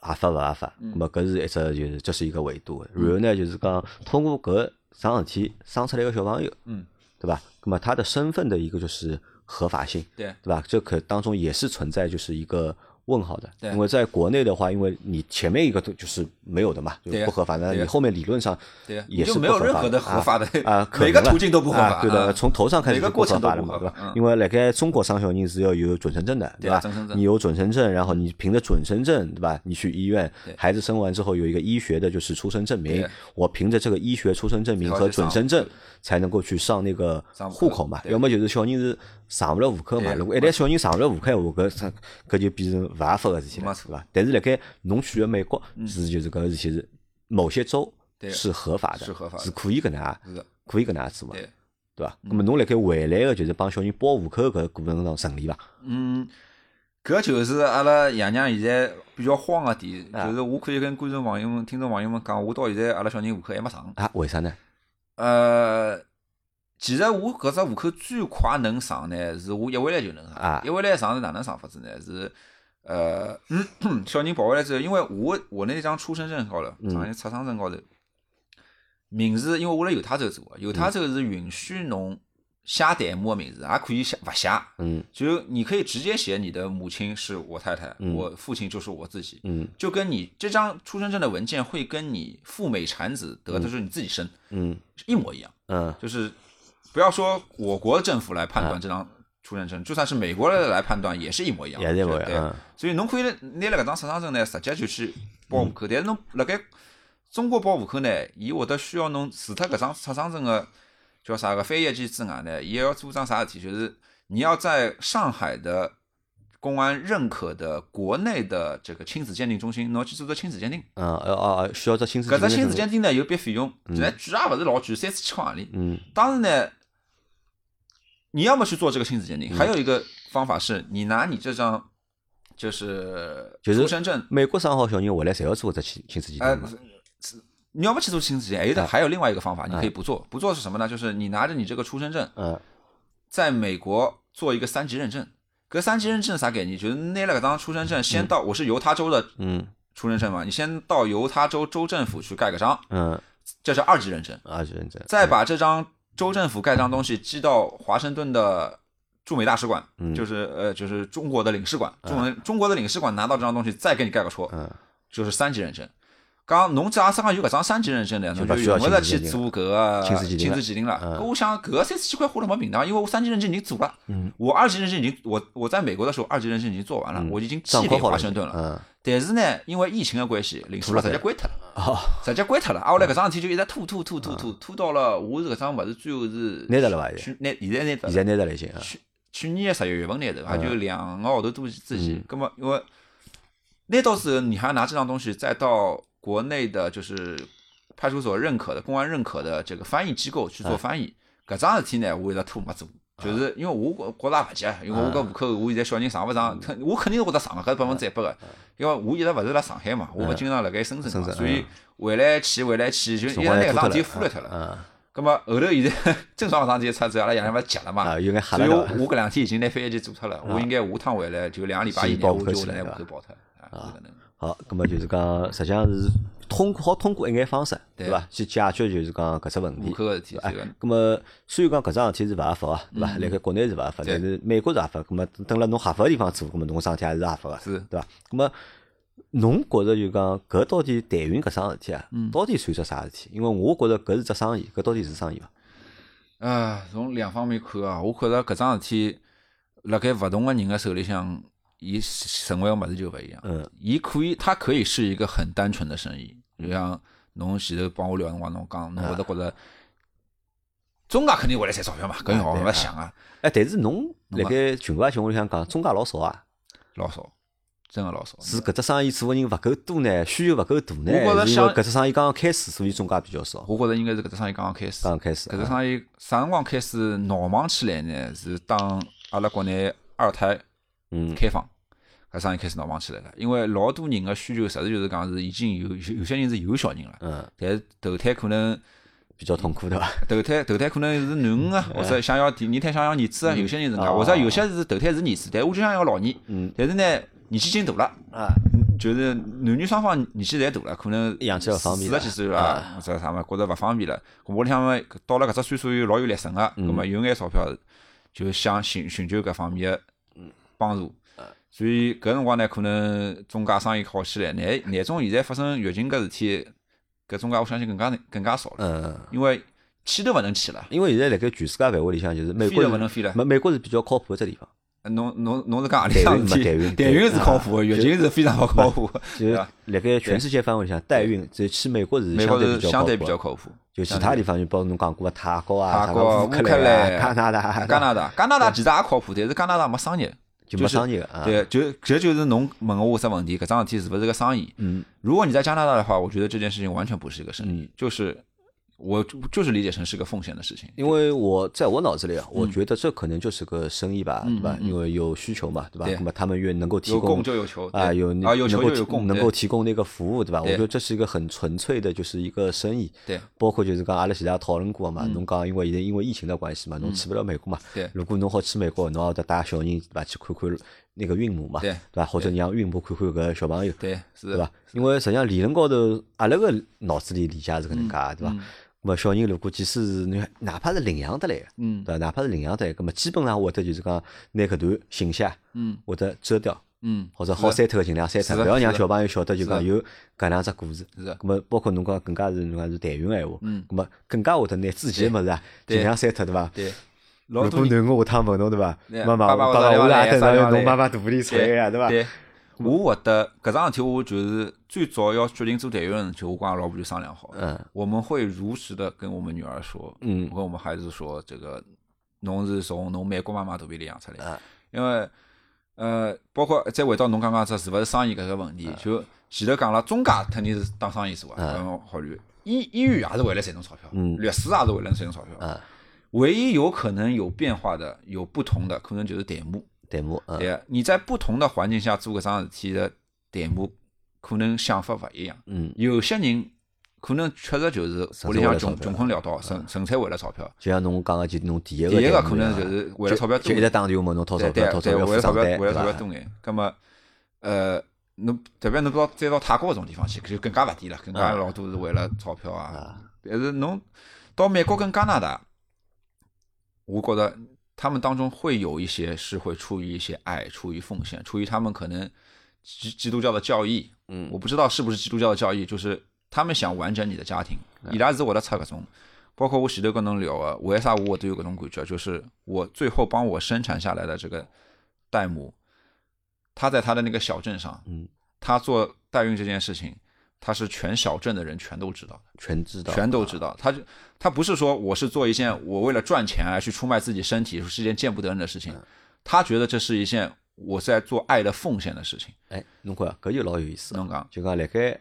Speaker 1: 合法勿合法，咾么搿是一只就是这是一个维度。
Speaker 2: 嗯
Speaker 1: 然后呢，就是讲通过搿桩事体生出来个小朋友，
Speaker 2: 嗯，
Speaker 1: 对吧？那么他的身份的一个就是合法性，
Speaker 2: 对
Speaker 1: 对吧？这可当中也是存在就是一个问号的，
Speaker 2: 对
Speaker 1: 因为在国内的话，因为你前面一个都就是没有的嘛，就
Speaker 2: 对呀
Speaker 1: 不合法，那
Speaker 2: 对呀
Speaker 1: 你后面理论上
Speaker 2: 对啊，
Speaker 1: 也是
Speaker 2: 就没有
Speaker 1: 不合
Speaker 2: 任
Speaker 1: 法
Speaker 2: 何的合法的
Speaker 1: 啊，啊可
Speaker 2: 每个
Speaker 1: 能的
Speaker 2: 途径都不合
Speaker 1: 啊
Speaker 2: 法
Speaker 1: 对的，
Speaker 2: 啊
Speaker 1: 从头上开始
Speaker 2: 每个
Speaker 1: 就不
Speaker 2: 过
Speaker 1: 合
Speaker 2: 程
Speaker 1: 法了
Speaker 2: 都不
Speaker 1: 嘛，
Speaker 2: 合
Speaker 1: 对
Speaker 2: 法
Speaker 1: 吧
Speaker 2: 嗯？
Speaker 1: 因为来盖中国生小人是要有准生证的，
Speaker 2: 对
Speaker 1: 吧
Speaker 2: 准生？证
Speaker 1: 你有准生证，然后你凭着准生证，对吧？你去医院
Speaker 2: 对，
Speaker 1: 孩子生完之后有一个医学的，就是出生证明
Speaker 2: 对，
Speaker 1: 我凭着这个医学出生证明
Speaker 2: 然
Speaker 1: 和
Speaker 2: 后去
Speaker 1: 准
Speaker 2: 上
Speaker 1: 生证才能够去上那个
Speaker 2: 上
Speaker 1: 户
Speaker 2: 户口
Speaker 1: 口嘛，
Speaker 2: 对
Speaker 1: 要么就是小人是上不了户口嘛。
Speaker 2: 对
Speaker 1: 如果一旦小人上不了户口，闲话，搿上搿就变成勿合法个事体了，
Speaker 2: 没
Speaker 1: 是
Speaker 2: 错嗯
Speaker 1: 吧？但是辣盖侬去个美国是就是搿个事体是某些州
Speaker 2: 对
Speaker 1: 是合法的，
Speaker 2: 是合法的
Speaker 1: 是可以搿能啊，
Speaker 2: 是的，
Speaker 1: 可以搿能啊做嘛，
Speaker 2: 对。嗯
Speaker 1: 对伐？那么侬辣盖回来个就是帮小人报户口搿过程当中顺利伐？
Speaker 2: 嗯，搿就是阿拉爷娘现在比较慌个点，
Speaker 1: 啊
Speaker 2: 就是我可以跟观众朋友们、听众朋友们讲，我到现在阿拉小人户口还没上。
Speaker 1: 啊，为啥呢？
Speaker 2: 呃，其实我搿只户口最快能上呢，是我一回来就能上。
Speaker 1: 啊
Speaker 2: 一回来上是哪能上法子呢？是呃， 小人跑回来之后，因为我我那张出生证高头，
Speaker 1: 嗯
Speaker 2: 上一出生证高头，名字，因为我辣犹他州做的，犹
Speaker 1: 嗯
Speaker 2: 他州是允许侬写代码个名字，也可以写勿写。
Speaker 1: 嗯
Speaker 2: 就你可以直接写你的母亲是我太太，我父亲就是我自己，
Speaker 1: 嗯
Speaker 2: 就跟你这张出生证的文件会跟你赴美产子得的就是你自己生
Speaker 1: 嗯
Speaker 2: 是一模一样，
Speaker 1: 嗯
Speaker 2: 就是不要说我国政府来判
Speaker 1: 啊
Speaker 2: 断这张出生证，就算是美国人来判断也是一模一样，
Speaker 1: 也是一模一样
Speaker 2: 对
Speaker 1: 嗯
Speaker 2: 所以侬可以拿了搿张出生证呢，直接就去报户口，
Speaker 1: 嗯
Speaker 2: 但是侬辣盖中国报户口呢，伊会得需要侬除脱搿张出生证个叫啥个翻译机之外呢，伊还要做桩啥事体，就是你要在上海的公安认可的国内的这个亲子鉴定中心，侬要去做做亲子鉴定。
Speaker 1: 嗯，呃哦，需要只亲子
Speaker 2: 搿只
Speaker 1: 鉴
Speaker 2: 亲
Speaker 1: 定
Speaker 2: 子鉴定呢有笔费用，现在贵也勿是老贵，三四千块行钿。
Speaker 1: 嗯
Speaker 2: 当然呢，你要么去做这个亲子鉴
Speaker 1: 嗯
Speaker 2: 定，还有一个方法是你拿你这张就是
Speaker 1: 就是
Speaker 2: 出生证，
Speaker 1: 美国生好小人回来，侪要做搿只亲亲子鉴
Speaker 2: 呃
Speaker 1: 定嘛。，
Speaker 2: 你要么去做亲子鉴
Speaker 1: 啊
Speaker 2: 定，还有的哎还有另外一个方法，你可以不做。不做是什么呢？就是你拿着你这个出生证，
Speaker 1: 嗯
Speaker 2: 在美国做一个三级认证。搿三级认证是啥概念？就是拿了搿张出生证，先到我是犹他州的
Speaker 1: 嗯
Speaker 2: 出生证嘛，你先到犹他州州政府去盖个章，
Speaker 1: 嗯，
Speaker 2: 这是二级认证。
Speaker 1: 啊，是认真。
Speaker 2: 再把这张州政府盖章东西寄到华盛顿的驻美大使馆，
Speaker 1: 嗯
Speaker 2: 就是呃就是中国的领事馆，中文中国的领事馆拿到这张东西，再给你盖个戳，
Speaker 1: 嗯
Speaker 2: 就是三级认证。刚侬只阿身上有搿张三级认证的，侬
Speaker 1: 就
Speaker 2: 就
Speaker 1: 不需要
Speaker 2: 用勿着
Speaker 1: 亲
Speaker 2: 去
Speaker 1: 自鉴定
Speaker 2: 做搿个
Speaker 1: 亲自鉴定
Speaker 2: 亲
Speaker 1: 了
Speaker 2: 自鉴定了。搿我想搿三四千块花了没名堂，因为我三级认证已经做了，
Speaker 1: 嗯
Speaker 2: 我二级认证已经我我在美国的时候二级认证已经做完了，我已经寄
Speaker 1: 账
Speaker 2: 给
Speaker 1: 款好
Speaker 2: 华
Speaker 1: 了
Speaker 2: 盛顿了。
Speaker 1: 嗯，
Speaker 2: 但是呢，因为疫情的关系，领事馆直接关脱了。
Speaker 1: 好，
Speaker 2: 直接关脱了。啊，
Speaker 1: 嗯
Speaker 2: 我来搿桩事体就一直拖拖拖拖拖拖到了，我是搿桩物事最后是
Speaker 1: 拿到了伐？现
Speaker 2: 去拿现在拿到
Speaker 1: 在
Speaker 2: 了
Speaker 1: 现在拿到了已经啊。
Speaker 2: 去去年十一月份拿
Speaker 1: 嗯
Speaker 2: 到，也就两个号头多之前。葛末因为拿到之后，你还拿这张东西再到国内的，就是派出所认可的、公安认可的这个翻译机构去做翻
Speaker 1: 嗯
Speaker 2: 译。搿桩事体呢，我一直拖没做。就是因为我觉觉着也勿急，因为我
Speaker 1: 嗯
Speaker 2: 搿户口，我现在小人上勿上，肯我肯定是会得上个，搿百分之一百个。因为我一直勿是辣上海嘛，我们经常辣盖深
Speaker 1: 嗯
Speaker 2: 圳
Speaker 1: 深
Speaker 2: 嘛，
Speaker 1: 圳嗯
Speaker 2: 所以回来去回来去，就一直
Speaker 1: 辰
Speaker 2: 拿
Speaker 1: 光
Speaker 2: 搿
Speaker 1: 也拖脱
Speaker 2: 桩事体忽略脱了。
Speaker 1: 嗯
Speaker 2: 葛末后头现在 正常搿桩事体出来之后，阿拉爷娘勿是急了嘛，
Speaker 1: 啊，有眼吓
Speaker 2: 所以
Speaker 1: 了
Speaker 2: 我
Speaker 1: 的。
Speaker 2: 我搿两天已经拿翻译机做脱
Speaker 1: 啊
Speaker 2: 了，我应该下趟回来就两个礼拜以
Speaker 1: 先
Speaker 2: 内
Speaker 1: 报
Speaker 2: 我
Speaker 1: 口
Speaker 2: 就
Speaker 1: 起
Speaker 2: 会
Speaker 1: 来
Speaker 2: 来
Speaker 1: 对
Speaker 2: 户
Speaker 1: 吧
Speaker 2: 口报脱啊，有可能。
Speaker 1: 好，咁么就是讲，实际上是通好通过一眼方式，
Speaker 2: 对
Speaker 1: 对伐？去解决就是讲搿只问
Speaker 2: 户
Speaker 1: 题。
Speaker 2: 口个事体，
Speaker 1: 哎
Speaker 2: 这个，
Speaker 1: 咁么虽然讲搿桩事体是勿合法啊，对伐？辣盖国内是勿合法，
Speaker 2: 对
Speaker 1: 但是美国是合法。咁么等辣侬合法个地方做，咁么侬桩事体也是合法个，
Speaker 2: 是
Speaker 1: 对伐？咁么侬觉着就讲搿到底代孕搿桩事体啊，
Speaker 2: 嗯
Speaker 1: 到底算只啥事体？因为我觉着搿是只生意，搿到底是生意伐？
Speaker 2: 啊，从两方面看啊，我觉着搿桩事体，辣盖勿同个人个手里向，伊成为个物事就勿一样。
Speaker 1: 嗯，
Speaker 2: 伊可以，它可以是一个很单纯的生意，就像侬前头帮我聊辰光，侬讲
Speaker 1: 啊
Speaker 2: 侬会得觉着，中介肯定会来赚钞票嘛，搿样
Speaker 1: 啊
Speaker 2: 勿
Speaker 1: 对
Speaker 2: 勿想啊，
Speaker 1: 哎，但是侬
Speaker 2: 侬啊
Speaker 1: 辣盖群个群里向讲，中介老少啊，
Speaker 2: 老少，真个老少。
Speaker 1: 是搿只生意做个人勿够多呢，需求勿够大呢，
Speaker 2: 我觉着
Speaker 1: 是因
Speaker 2: 像
Speaker 1: 为搿只生意刚刚开始，所以中介比较少。
Speaker 2: 我觉着应该是搿只生意刚刚开始。
Speaker 1: 刚刚开始
Speaker 2: 搿只
Speaker 1: 啊，
Speaker 2: 生意啥辰光开始闹忙起来呢？是当阿拉国内二胎
Speaker 1: 嗯
Speaker 2: 开放，搿生意开始闹忙起来了。因为老多人个需求，实事求是讲是已经有有有些人是有小人了，
Speaker 1: 嗯，
Speaker 2: 但是头胎可能
Speaker 1: 比较痛苦对伐？
Speaker 2: 头胎头胎可能是囡儿啊，或者想要第二胎想要儿子啊，有些人是搿，
Speaker 1: 哎哦
Speaker 2: 或者有些是头胎是儿子，但我就想要老二。
Speaker 1: 嗯
Speaker 2: 但是呢，年纪已经大了，
Speaker 1: 啊，
Speaker 2: 就是男女双方年纪侪大了，可能
Speaker 1: 养起来勿方便啊
Speaker 2: 四
Speaker 1: 了
Speaker 2: 十几岁啦，或者啥么，觉着勿方便了。咾屋里向么到了搿只岁数又老有力神
Speaker 1: 嗯
Speaker 2: 个，咾么有眼钞票就想寻寻求搿方面个
Speaker 1: 嗯
Speaker 2: 帮助。
Speaker 1: 啊
Speaker 2: 所以搿辰光呢，可能中介生意好起来，廿廿种现在发生疫情搿事体，搿中介我相信更加更加少了，
Speaker 1: 嗯。
Speaker 2: 因为去都勿能去了，
Speaker 1: 因为现在辣盖全世界范围里向，就是美
Speaker 2: 飞
Speaker 1: 国
Speaker 2: 都
Speaker 1: 是
Speaker 2: 勿能飞了。
Speaker 1: 美美国是比较靠谱一只地方，
Speaker 2: 侬侬侬是讲何里
Speaker 1: 代
Speaker 2: 向
Speaker 1: 孕
Speaker 2: 事体？
Speaker 1: 嘛代孕
Speaker 2: 代
Speaker 1: 代
Speaker 2: 孕
Speaker 1: 孕
Speaker 2: 是靠谱个，疫情是非常勿靠谱的。
Speaker 1: 就是辣盖全世界范围里向代孕，就去美国是
Speaker 2: 啊美国
Speaker 1: 对
Speaker 2: 是
Speaker 1: 比较
Speaker 2: 相
Speaker 1: 靠
Speaker 2: 对
Speaker 1: 谱啊
Speaker 2: 比
Speaker 1: 的
Speaker 2: 较。靠谱，
Speaker 1: 就其他地方，就包括侬讲过的泰国啊、
Speaker 2: 泰
Speaker 1: 啥
Speaker 2: 国
Speaker 1: 个
Speaker 2: 乌
Speaker 1: 乌克
Speaker 2: 克
Speaker 1: 兰
Speaker 2: 兰
Speaker 1: 啊、加拿大啊、
Speaker 2: 加拿大，加拿大其实也靠谱，但是加拿大没生意。
Speaker 1: 就没生意个啊。
Speaker 2: 对，就这就是侬问我搿只问题，搿桩事体是勿是个生意？
Speaker 1: 嗯，
Speaker 2: 如果你在加拿大的话，我觉得这件事情完全不是一个生意
Speaker 1: 嗯，
Speaker 2: 就是我就就是理解成是个奉献的事情。
Speaker 1: 因为我在我脑子里啊，
Speaker 2: 嗯
Speaker 1: 我觉得这可能就是个生意吧，对吧？因为有需求嘛，对吧？
Speaker 2: 对
Speaker 1: 那么他们越能够提
Speaker 2: 有
Speaker 1: 供
Speaker 2: 供就有求
Speaker 1: 啊，
Speaker 2: 对
Speaker 1: 有
Speaker 2: 啊
Speaker 1: 能
Speaker 2: 有
Speaker 1: 能
Speaker 2: 求
Speaker 1: 够
Speaker 2: 就有
Speaker 1: 提
Speaker 2: 供，
Speaker 1: 能
Speaker 2: 对
Speaker 1: 够提供那个服务，对吧？我
Speaker 2: 对
Speaker 1: 觉得这是一个很纯粹的，就是一个生意。
Speaker 2: 对嗯
Speaker 1: 包括就是讲阿拉前头也讨论过嘛，侬讲因为现在因为疫情的关系嘛，侬去不了美国嘛。
Speaker 2: 对
Speaker 1: 如果侬好去美国，侬也得带小人对伐？去看看那个孕母嘛，
Speaker 2: 对
Speaker 1: 伐？或者让孕母看看搿小朋友，
Speaker 2: 对是
Speaker 1: 对伐？因为实际上理论高头，阿拉个脑子里理解是搿能介
Speaker 2: 嗯
Speaker 1: 的，对伐？那么小人如果即使是你哪怕是领养得来个，
Speaker 2: 嗯
Speaker 1: 对伐？哪怕是领养得来，那么基本上会得就是讲拿搿段信息啊
Speaker 2: 嗯
Speaker 1: 会得遮掉。
Speaker 2: 嗯，
Speaker 1: 或者好删脱个尽量删
Speaker 2: 是
Speaker 1: 脱，
Speaker 2: 的
Speaker 1: 勿要让
Speaker 2: 是的
Speaker 1: 小朋友晓得就是
Speaker 2: 的
Speaker 1: 讲有搿两只故事。
Speaker 2: 是的
Speaker 1: 咁么包括侬讲更加是侬讲是代孕个闲话，
Speaker 2: 嗯
Speaker 1: 咁么更加会得拿之前个物事啊，
Speaker 2: 对
Speaker 1: 尽量删脱对伐？
Speaker 2: 对，老
Speaker 1: 如
Speaker 2: 多
Speaker 1: 果
Speaker 2: 人
Speaker 1: 囡我下趟问侬对伐？
Speaker 2: 对
Speaker 1: 妈妈，
Speaker 2: 爸爸
Speaker 1: 我
Speaker 2: 我
Speaker 1: 爸
Speaker 2: 到底
Speaker 1: 我
Speaker 2: 要来
Speaker 1: 也等
Speaker 2: 啥地方
Speaker 1: 到侬
Speaker 2: 来
Speaker 1: 妈妈肚皮里
Speaker 2: 对
Speaker 1: 揣呀，对伐？嗯
Speaker 2: 对，我会得搿桩事体，我就是最早要决定做代孕的事体，我跟阿拉老婆就商量好，
Speaker 1: 嗯，
Speaker 2: 我们会如实的跟我们女儿说，
Speaker 1: 嗯
Speaker 2: 我跟我们孩子说，这个侬是从侬美国妈妈肚皮里养出来的
Speaker 1: 啊，
Speaker 2: 因为呃，包括再回到侬刚刚说是勿是生意搿个问题，
Speaker 1: 啊
Speaker 2: 就前头讲了，中介肯定是当生意做啊，侬考虑。医医院也是为了赚侬钞票，律师也是为了赚侬钞票。
Speaker 1: 嗯，
Speaker 2: 唯一有可能有变化的、有不同的，可能就是弹幕。
Speaker 1: 弹幕，嗯
Speaker 2: 对，你在不同的环境下做搿桩事体的弹幕，可能想法勿一样。
Speaker 1: 嗯，
Speaker 2: 有些人可能确实就是屋里向穷穷困潦倒，纯纯粹为了钞票。
Speaker 1: 就像侬讲个，就侬第一嗯个弹幕
Speaker 2: 第一
Speaker 1: 一
Speaker 2: 个
Speaker 1: 样，
Speaker 2: 可能就是为了钞票
Speaker 1: 啊就
Speaker 2: 多
Speaker 1: 一直打电话问侬掏钞
Speaker 2: 对
Speaker 1: 票，
Speaker 2: 对
Speaker 1: 掏钞
Speaker 2: 对，
Speaker 1: 票
Speaker 2: 为
Speaker 1: 付
Speaker 2: 了钞
Speaker 1: 账
Speaker 2: 票
Speaker 1: 单，
Speaker 2: 为了钞票
Speaker 1: 对伐
Speaker 2: 多眼。葛么，呃，侬特别侬到再到泰国搿种地方去，就更加勿甜了，更
Speaker 1: 啊
Speaker 2: 加老多是为了钞票啊。但是侬到美国跟加拿大，我觉得他们当中会有一些是会出于一些爱，出于奉献，出于他们可能基基督教的教义，
Speaker 1: 嗯
Speaker 2: 我不知道是不是基督教的教义，就是他们想完整你的家庭，伊拉是会得出搿种。包括我前头跟侬聊啊，为啥我都有搿种感觉，就是我最后帮我生产下来的这个戴姆，他在他的那个小镇上，
Speaker 1: 嗯，
Speaker 2: 他做代孕这件事情，他是全小镇的人全都知道的，
Speaker 1: 全知道，啊
Speaker 2: 全都知道。他就他不是说我是做一件我为了赚钱而去出卖自己身体是一件见不得人的事
Speaker 1: 嗯
Speaker 2: 情，他觉得这是一件我在做爱的奉献的事情。
Speaker 1: 哎，侬看，搿就老有意思啊。
Speaker 2: 侬讲嗯
Speaker 1: 就讲辣盖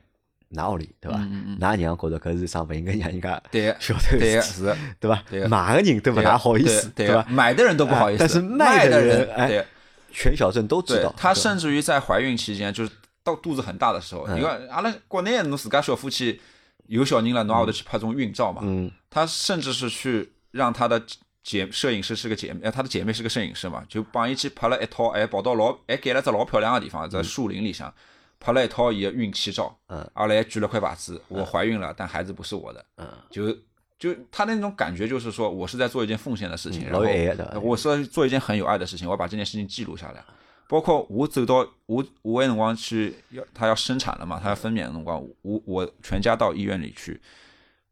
Speaker 1: 㑚屋里，对伐？㑚娘觉着搿是桩勿应该让人家
Speaker 2: 对
Speaker 1: 晓得
Speaker 2: 对
Speaker 1: 的
Speaker 2: 个
Speaker 1: 事体，
Speaker 2: 是的。
Speaker 1: 对伐
Speaker 2: 对？个
Speaker 1: 买个人都勿
Speaker 2: 对
Speaker 1: 大好意思，
Speaker 2: 对
Speaker 1: 伐？
Speaker 2: 买的人都不好意思，
Speaker 1: 哎但是卖
Speaker 2: 卖
Speaker 1: 的人
Speaker 2: 人，
Speaker 1: 哎
Speaker 2: 对
Speaker 1: 全小镇都知
Speaker 2: 对
Speaker 1: 道，，
Speaker 2: 他
Speaker 1: 对嗯
Speaker 2: 甚至于在怀孕期间，就是到肚子很大的时候，你看阿拉国内侬自家小夫妻有小人了，侬也会得去拍这种孕照嘛。
Speaker 1: 嗯，
Speaker 2: 他甚至是去让他的姐摄影师是个姐妹，呃，他的姐妹是个摄影师嘛，就帮伊去拍了一套，哎，跑到老，哎，改了只老漂亮的地方，在树林里向拍了一套伊的孕期照，
Speaker 1: 嗯，
Speaker 2: 阿拉还举了块牌子，我怀孕了，但孩子不是我的，
Speaker 1: 嗯，
Speaker 2: 就就他那种感觉就是说，我是在做一件奉献的事情，
Speaker 1: 嗯
Speaker 2: 然后
Speaker 1: 老有爱的嗯
Speaker 2: 我是在做一件很有爱的事情，我要把这件事情记录下来。包括我走到我我有辰光去要他要生产了嘛，他要分娩的辰光，我我全家到医院里去，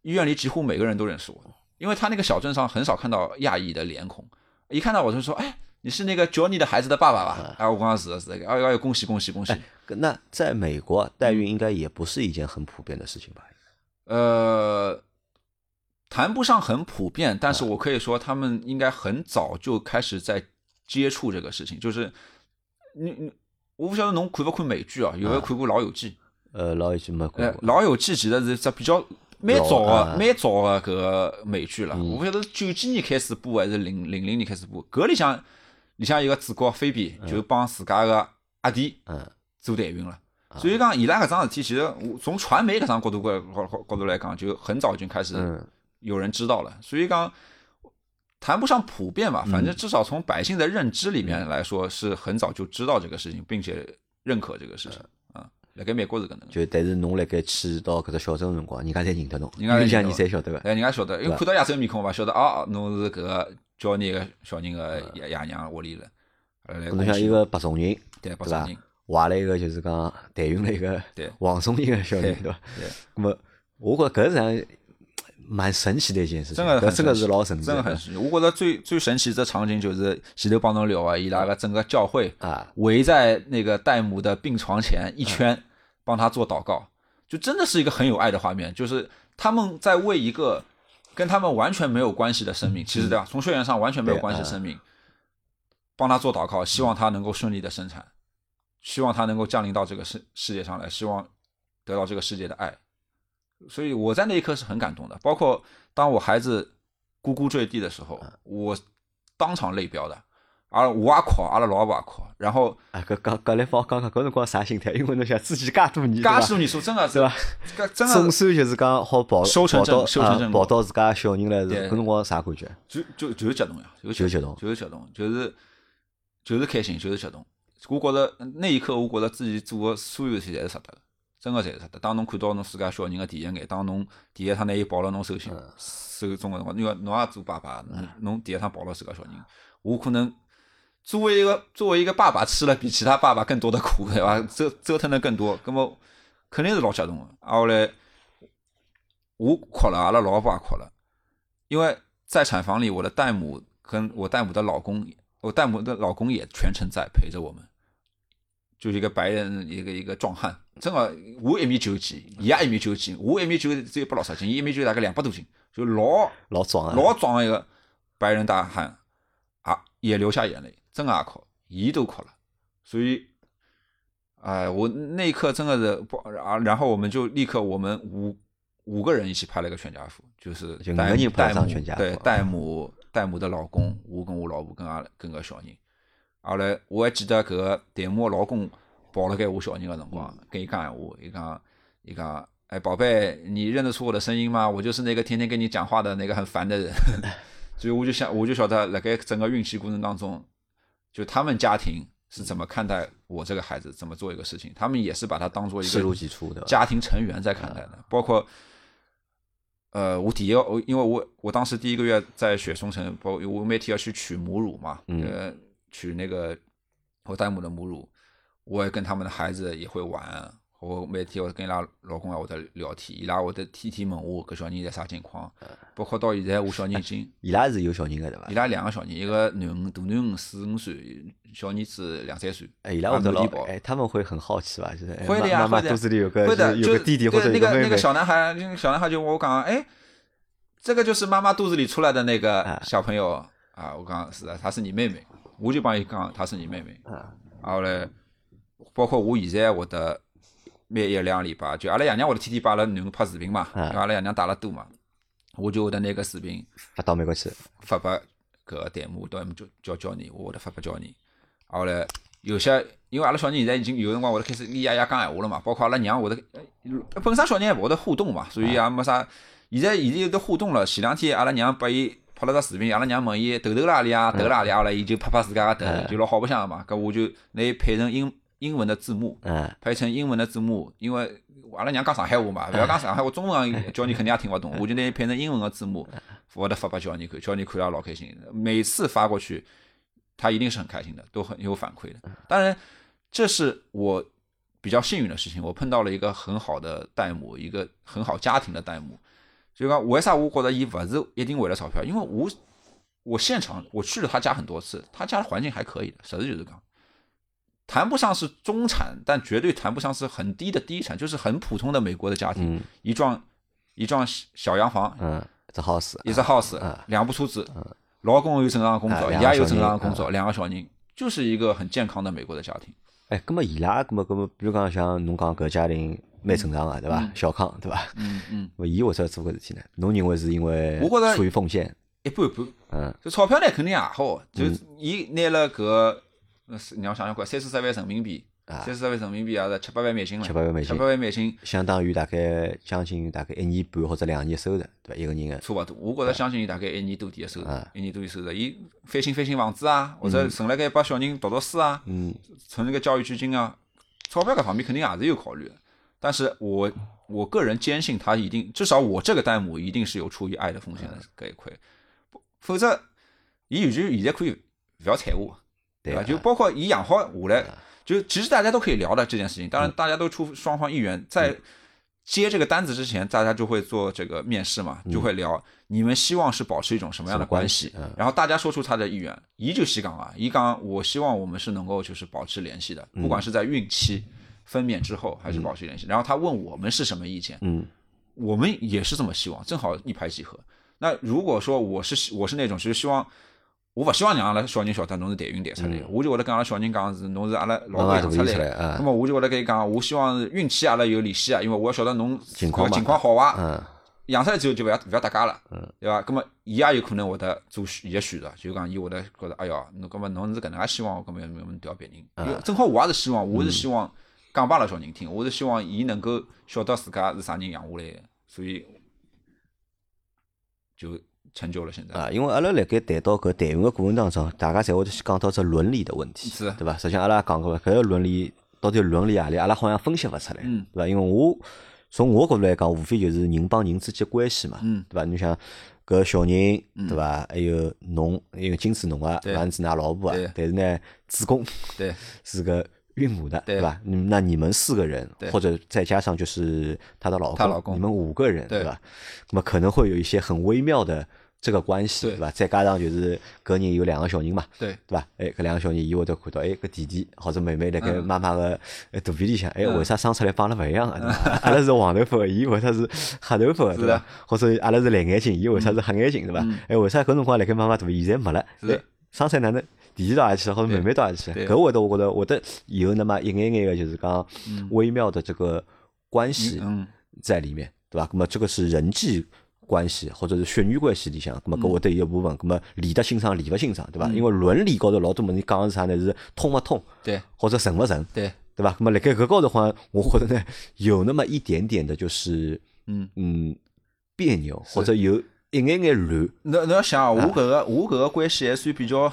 Speaker 2: 医院里几乎每个人都认识
Speaker 1: 嗯
Speaker 2: 我，因为他那个小镇上很少看到亚裔的脸孔，一看到我就说，哎，你是那个 Johnny 的孩子的爸爸
Speaker 1: 嗯
Speaker 2: 吧？啊，我刚刚是的是的，哎呦哎呦，恭喜恭喜恭喜！
Speaker 1: 搿那在美国代
Speaker 2: 嗯
Speaker 1: 孕应该也不是一件很普遍的事情吧？
Speaker 2: 呃，谈不上很普遍，但是
Speaker 1: 嗯
Speaker 2: 我可以说他们应该很早就开始在接触这个事情，就是你你。我不晓得侬看不看美剧啊？有没有看过《老友记》？
Speaker 1: 呃，老已经没嗯看
Speaker 2: 呃，《
Speaker 1: 过，
Speaker 2: 老友记》其实是只比较蛮
Speaker 1: 老
Speaker 2: 早
Speaker 1: 啊
Speaker 2: 个、蛮早个搿个美剧
Speaker 1: 嗯
Speaker 2: 了。我勿晓得是九几年开始播还是零零零年开始播。搿里向里向有个主角菲比，就帮自家个阿弟
Speaker 1: 嗯
Speaker 2: 做代孕了。
Speaker 1: 啊
Speaker 2: 所以讲，伊拉搿桩事体，其实我从传媒搿桩角度角角度来讲，就很早已经开始
Speaker 1: 嗯
Speaker 2: 有人知道了。所以讲，谈不上普遍
Speaker 1: 嗯
Speaker 2: 吧，反正至少从百姓的认知里面来说，是很早就知道这个事情，并且认可这个事情
Speaker 1: 嗯
Speaker 2: 啊。辣盖美国是搿能个。
Speaker 1: 就但是侬辣盖去到搿只小镇的辰光，人家侪认得侬，
Speaker 2: 人家侪
Speaker 1: 里向
Speaker 2: 认
Speaker 1: 人
Speaker 2: 得
Speaker 1: 侪晓得个，
Speaker 2: 哎，人家晓得，因为看到亚洲面孔嘛，晓得啊，侬是搿个叫你个小人个爷爷娘屋里人，呃来
Speaker 1: 侬
Speaker 2: 恭
Speaker 1: 嗯像一
Speaker 2: 喜，
Speaker 1: 个白种人，
Speaker 2: 对，不
Speaker 1: 对
Speaker 2: 少
Speaker 1: 伐
Speaker 2: 人，？
Speaker 1: 怀了一个就是讲代孕了一个
Speaker 2: 对
Speaker 1: 黄种人个小人，
Speaker 2: 对
Speaker 1: 对伐？
Speaker 2: 对，
Speaker 1: 那么我觉搿是上蛮神奇的一件事情，
Speaker 2: 真的很
Speaker 1: 搿真的
Speaker 2: 神
Speaker 1: 是
Speaker 2: 奇
Speaker 1: 老神奇，
Speaker 2: 真的很神奇。我觉着最最神奇的场景就是前头帮侬聊啊，
Speaker 1: 嗯
Speaker 2: 伊拉个整个教会
Speaker 1: 啊，
Speaker 2: 围在那个戴姆的病床前一圈，帮他做祷告，就真的是一个很有爱的画面，就是他们在为一个跟他们完全没有关系的生命，其实对吧？从血缘上完全没有
Speaker 1: 对
Speaker 2: 关系的
Speaker 1: 嗯
Speaker 2: 生命，帮他做祷告，希望他能够顺利的生产，希望他能够降临到这个世世界上来，希望得到这个世界的爱。所以我在那一刻是很感动的，包括当我孩子咕咕坠地的时候，我当场泪飙的，阿拉我也哭，阿拉老婆也哭，然后
Speaker 1: 啊，搿讲搿来帮我讲讲搿辰光啥心态？因为侬想自己介多年，
Speaker 2: 家
Speaker 1: 对
Speaker 2: 属你说真的是
Speaker 1: 对吧？
Speaker 2: 搿真
Speaker 1: 伐？总
Speaker 2: 的
Speaker 1: 算就是讲好跑
Speaker 2: 收成
Speaker 1: 跑
Speaker 2: 正
Speaker 1: 到
Speaker 2: 收成
Speaker 1: 啊
Speaker 2: 正
Speaker 1: 跑
Speaker 2: 果
Speaker 1: 到自家小人来，
Speaker 2: 对
Speaker 1: 搿辰光啥感觉？
Speaker 2: 就就就是激动呀，
Speaker 1: 就
Speaker 2: 就是
Speaker 1: 激动
Speaker 2: 就是激动，就是就是开心，就是激动。我觉着那一刻，我觉着自己做的所有事体侪是值得的，真的侪是值得。当侬看到侬自家小人的第一眼，当侬第一趟拿伊抱辣侬手心手中的辰光，因为侬也做爸爸，侬侬第一趟抱牢自家小人，我可能作为一个作为一个爸爸，吃了比其他爸爸更多的苦，对伐？折折腾的更多，那么肯定是老激动的。啊，后来我哭了，阿拉老婆也哭了，因为在产房里，我的戴姆跟我戴姆的老公，我戴姆的老公也全程在陪着我们，就是一个白人，一个一个壮汉，正好我一米九几，伊也一米九几，我一米九只有一百六十斤，伊一米九大概两百多斤，就老
Speaker 1: 老爽啊！
Speaker 2: 老壮的一个白人大汉啊，也流下眼泪，真的也哭，伊都哭了。所以，哎，我那一刻真的是不啊，然后我们就立刻我们五五个人一起拍了一个全家福，就是
Speaker 1: 就
Speaker 2: 戴
Speaker 1: 五个人拍
Speaker 2: 戴
Speaker 1: 了张
Speaker 2: 姆
Speaker 1: 全家
Speaker 2: 对
Speaker 1: 福啊
Speaker 2: 戴姆戴姆的老公，我跟我老婆跟阿拉跟个小人，阿拉我还记得搿个戴姆的老公抱了该我小人个辰光，跟伊讲闲话，伊讲伊讲。哎，宝贝，你认得出我的声音吗？我就是那个天天跟你讲话的那个很烦的人， 所以我就想，我就晓得，辣盖整个孕期过程当中，就他们家庭是怎么看待我这个孩子，怎么做一个事情，他们也是把他当做一
Speaker 1: 视如
Speaker 2: 个
Speaker 1: 己出的，啊
Speaker 2: 家庭成员在看待的。包括，呃，我第一个，我因为我我当时第一个月在雪松城，包我每天要去取母乳嘛，
Speaker 1: 嗯
Speaker 2: 呃，取那个我戴姆的母乳，我也跟他们的孩子也会玩。我每天我跟伊拉老公啊，我在聊天，伊拉会得天天问我搿小人在啥情
Speaker 1: 啊
Speaker 2: 况，包括到现在我小人已经
Speaker 1: 伊拉是有小人个对伐
Speaker 2: 伊？拉两个小人，一个囡恩，大囡恩四五岁，小儿子两三岁。
Speaker 1: 哎，伊拉会得
Speaker 2: 啊
Speaker 1: 老
Speaker 2: 母鸡宝
Speaker 1: 哎，他们会很好奇吧？就是哎
Speaker 2: 会的呀，
Speaker 1: 妈妈妈
Speaker 2: 会的呀
Speaker 1: 肚子里有个
Speaker 2: 会
Speaker 1: 就
Speaker 2: 的
Speaker 1: 是有个
Speaker 2: 就
Speaker 1: 弟弟或者
Speaker 2: 对
Speaker 1: 有
Speaker 2: 那个
Speaker 1: 妹
Speaker 2: 那个
Speaker 1: 妹，
Speaker 2: 小男孩，那个小男孩就问我讲，哎，这个就是妈妈肚子里出来的那个小朋友啊，我讲是的，她是你妹妹，我就帮伊讲她是你妹妹。
Speaker 1: 啊
Speaker 2: 然后嘞，包括我现在我的每一两个礼拜，就阿拉爷娘我的天天帮阿拉囡恩拍视频嘛，因
Speaker 1: 啊
Speaker 2: 为阿拉爷娘带了多嘛，我就会得拿个视频。
Speaker 1: 发到美国去，
Speaker 2: 发拨搿个弹幕，我到埃面叫叫叫你，我会得发拨叫你。啊，后来有些因为阿拉小人现在已经有辰光会得开始跟爷爷讲闲话了嘛，包括阿拉娘会得，呃本身小人还勿会得互动嘛，所以也没啥。现在现在有得互动了，前两天阿拉娘拨伊拍了只视频，阿拉娘问伊头头辣何里啊，头辣何里啊，后来伊就拍拍自家个头，就老好白相个嘛。搿我就拿伊配成英英文的字幕，
Speaker 1: 嗯，
Speaker 2: 配成英文的字幕，因为阿拉娘讲上海话嘛，勿要讲上海话，中文啊叫你肯定也听勿懂，我就拿伊配成英文个字幕，我得发拨叫你看，叫你看了也老开心。每次发过去，他一定是很开心的，都很有反馈的。当然，这是我比较幸运的事情，我碰到了一个很好的代母，一个很好家庭的代母。就讲为啥我觉得伊勿是一定为了钞票，因为我我现场我去了他家很多次，他家的环境还可以的，实事求是讲。谈不上是中产，但绝对谈不上是很低的低产，就是很普通的美国的家庭，一幢一幢小洋房，
Speaker 1: 嗯，这 house
Speaker 2: 一只 house，、两部车子，老公有正常的工作，
Speaker 1: 啊
Speaker 2: 伊
Speaker 1: 两
Speaker 2: 拉
Speaker 1: 个
Speaker 2: 有
Speaker 1: 小
Speaker 2: 正常的
Speaker 1: 人
Speaker 2: 工作，两个小人，就是一个很健康的美国的家庭。
Speaker 1: 哎，咁么伊拉，咁么咁么，比如讲像侬讲搿家庭蛮正常个对伐？ 小康对伐？
Speaker 2: 嗯 嗯，
Speaker 1: 咁么伊为啥做搿事体呢？侬认为是因为
Speaker 2: 我觉得
Speaker 1: 出于奉献，
Speaker 2: 一半一半。
Speaker 1: 嗯，
Speaker 2: 就钞票呢肯定也好，就是伊拿了搿，那是你要想想看，三四十万人民币，三四十万人民币也是七八万美金了，
Speaker 1: 啊七八万美金
Speaker 2: 七八万美金
Speaker 1: 相当于大概将近大概一年半或者两年收入对伐？一个人个，
Speaker 2: 差勿多。我觉着相信伊大概一年多点的收入，一年多点收入，伊翻新翻新房子啊，或者存辣盖帮小人读读书啊，存那个教育基金啊，钞票搿方面肯定也是有考虑的。但是我我个人坚信，他一定至少我这个弹幕一定是有出于爱的风险的搿一块，不否则伊完全现在可以勿要睬我，
Speaker 1: 对
Speaker 2: 吧？
Speaker 1: 啊
Speaker 2: 就包括伊养好下来，就其实大家都可以聊的这件事情。当
Speaker 1: 嗯
Speaker 2: 然，大家都出双方意愿，在接这个单子之前，大家就会做这个面试嘛，就会聊你们希望是保持一种什么样的
Speaker 1: 嗯什么关
Speaker 2: 系
Speaker 1: 系嗯，
Speaker 2: 然后大家说出他的意愿。伊就先讲啊，伊讲我希望我们是能够就是保持联系的，
Speaker 1: 嗯
Speaker 2: 不管是在孕期、分娩之后还是保持联系。然后他问我们是什么意见，
Speaker 1: 嗯，
Speaker 2: 我们也是这么希望，正好一拍即合。那如果说我是希我是那种，就是希望我勿希望让阿拉小人晓得侬是代孕带出
Speaker 1: 嗯
Speaker 2: 来的，我就会得跟阿拉小人讲是侬是阿拉
Speaker 1: 妈
Speaker 2: 老婆
Speaker 1: 妈
Speaker 2: 养
Speaker 1: 怎么
Speaker 2: 出
Speaker 1: 认
Speaker 2: 来
Speaker 1: 出来
Speaker 2: 的。
Speaker 1: 啊
Speaker 2: 那？么我就会得跟伊讲，我希望是孕期阿拉有联系啊，因为我要晓得侬呃
Speaker 1: 情况嘛
Speaker 2: 情况好啊伐？
Speaker 1: 嗯
Speaker 2: 养出来之后就勿要勿要搭界了，对伐？那么伊也有可能会得做选伊个选择，就讲伊会得觉着，哎哟，侬搿么侬是搿能介希望，搿么要么调别人。因为正好我也是希望，我是希望讲拨阿拉小人听，我是希望伊能够晓得自家是啥人养下来的，所以就成就了现在。
Speaker 1: 啊，因为阿拉辣盖谈到搿谈论个过程当中，大家侪会去讲到这伦理的问题，
Speaker 2: 是
Speaker 1: 对伐？实际上阿拉也讲过了，搿个伦理到底伦理何啊里，阿拉好像分析勿出来，
Speaker 2: 嗯
Speaker 1: 对伐？因为我从我角度来讲，无非就是人帮人之间关系嘛，
Speaker 2: 嗯
Speaker 1: 对伐？侬想搿小人，对伐？还有侬，因为金子侬啊，
Speaker 2: 对
Speaker 1: 丸子㑚老婆啊
Speaker 2: 对，
Speaker 1: 但是呢，子宫
Speaker 2: 对，
Speaker 1: 是个孕母的，
Speaker 2: 对
Speaker 1: 对吧？你们那你们四个人
Speaker 2: 对，
Speaker 1: 或者再加上就是她的老公，
Speaker 2: 她老公
Speaker 1: 你们五个人，
Speaker 2: 对
Speaker 1: 对吧？那么可能会有一些很微妙的这个关系，
Speaker 2: 对
Speaker 1: 对吧？再加上就是搿人有两个小人嘛，
Speaker 2: 对，
Speaker 1: 对吧？哎，搿两个小人伊会得看到，哎，搿弟弟或者妹妹辣盖
Speaker 2: 嗯
Speaker 1: 妈妈个呃肚皮里向，哎，
Speaker 2: 嗯
Speaker 1: 为啥生出来帮阿拉勿一样啊？ 对吧阿拉是黄头发的，伊为啥是黑头发的，
Speaker 2: 是
Speaker 1: 对
Speaker 2: 的嗯
Speaker 1: 吧？或者阿拉是蓝眼睛，伊为啥是黑眼睛，对吧？哎，为啥搿辰光辣盖妈妈肚皮现在没了？
Speaker 2: 是的
Speaker 1: 哎，生出来哪能提前到哪里去了，或者慢慢到哪里去了。
Speaker 2: 对
Speaker 1: 搿会得我觉得会得以后那么一眼眼个就是讲微妙的这个关系
Speaker 2: 嗯
Speaker 1: 在里面，对吧？那么这个是人际关系或者是血缘关系里向，
Speaker 2: 嗯
Speaker 1: 那么搿会得有一部分，那么理得欣赏，理勿欣赏，对吧？因为伦理高头老多物事讲的是啥呢？是通勿通
Speaker 2: 对
Speaker 1: 或者成勿成，
Speaker 2: 对，
Speaker 1: 对吧？那么辣盖搿高头好像我觉得呢，有那么一点点的就是
Speaker 2: 嗯，
Speaker 1: 嗯别扭，或者有一眼眼乱。
Speaker 2: 侬侬要想啊，我搿个我搿个关系还算比较。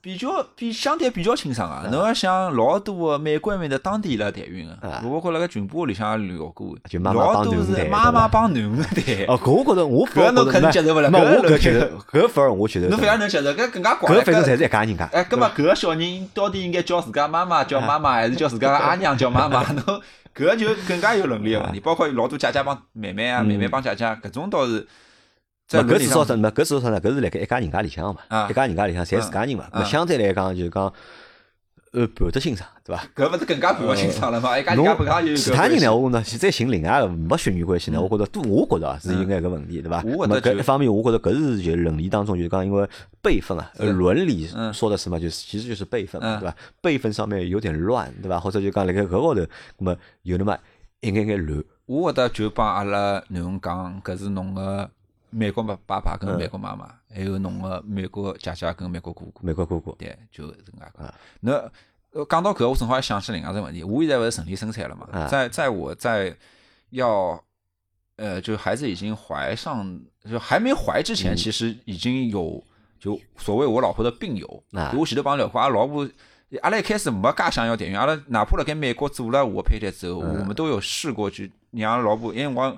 Speaker 2: 比较比相对比较清爽啊，侬要想老多个美国埃面的当地辣台运个，我包括辣盖群播里向也聊过
Speaker 1: 啊就，妈妈
Speaker 2: 老
Speaker 1: 帮
Speaker 2: 多
Speaker 1: 囡恩
Speaker 2: 是
Speaker 1: 谈
Speaker 2: 妈
Speaker 1: 对
Speaker 2: 妈
Speaker 1: 吧
Speaker 2: 帮囡恩谈，
Speaker 1: 哦，搿我觉着我反而
Speaker 2: 搿侬
Speaker 1: 觉
Speaker 2: 肯
Speaker 1: 得
Speaker 2: 定接受勿了
Speaker 1: 那
Speaker 2: 搿
Speaker 1: 我
Speaker 2: 侬
Speaker 1: 搿
Speaker 2: 肯
Speaker 1: 觉
Speaker 2: 定
Speaker 1: 得搿反而我觉得
Speaker 2: 侬
Speaker 1: 是
Speaker 2: 反而能接受，搿更加怪。
Speaker 1: 搿反正侪是一家人家。
Speaker 2: 哎，葛末搿个小人到底应该叫自家妈妈叫
Speaker 1: 啊
Speaker 2: 妈妈，还是叫自家个阿娘 叫妈妈？侬搿个就更加有伦理个
Speaker 1: 啊
Speaker 2: 问题，包括老多姐姐帮妹妹啊，妹妹帮姐姐，搿种倒是
Speaker 1: 嗯
Speaker 2: 在
Speaker 1: 搿
Speaker 2: 伦理
Speaker 1: 至少是
Speaker 2: 上
Speaker 1: 没，搿至少是呢，搿是辣盖一家人家里向嘛
Speaker 2: 啊，
Speaker 1: 一家人家里向侪自家人嘛。
Speaker 2: 嗯
Speaker 1: 咾相对来讲就是讲，呃，盘得清爽，对伐？
Speaker 2: 搿勿是更加不清爽了嘛？一家人家本家有
Speaker 1: 呃侬
Speaker 2: 搿
Speaker 1: 其他人
Speaker 2: 关
Speaker 1: 呢，
Speaker 2: 系，
Speaker 1: 我呢是再寻另外个没血缘关系呢，我觉着多，我觉着啊是有眼搿问题，对伐？
Speaker 2: 嗯我觉
Speaker 1: 咾么
Speaker 2: 得就
Speaker 1: 搿一方面，我觉着搿是就是伦理当中就是讲，因为辈分啊，呃
Speaker 2: 是
Speaker 1: 伦理
Speaker 2: 嗯
Speaker 1: 说的是嘛，就是其实就是辈分嘛，
Speaker 2: 嗯
Speaker 1: 对伐？辈分上面有点乱，对伐？或者就讲辣盖搿高头，咾么有那么一眼眼乱，
Speaker 2: 我觉得就帮阿拉囡恩讲，搿是侬个美国爸爸跟美国妈妈，还有侬个美国姐姐跟美国哥哥。
Speaker 1: 美国哥哥，
Speaker 2: 对，就是搿能介讲
Speaker 1: 啊。
Speaker 2: 那呃讲到搿，我正好还想起另外一只问题。我现在勿是顺理生产了嘛？
Speaker 1: 啊
Speaker 2: 在在我在要呃，就孩子已经怀上，就还没怀之前，其实已经有就所谓我老婆的病友。
Speaker 1: 啊
Speaker 2: 就我前头帮聊过，阿拉老婆，阿拉一开始没介想要代孕，阿拉哪怕辣盖美国做了我胚胎之后，
Speaker 1: 嗯
Speaker 2: 我们都有试过去让阿拉老婆，因为我。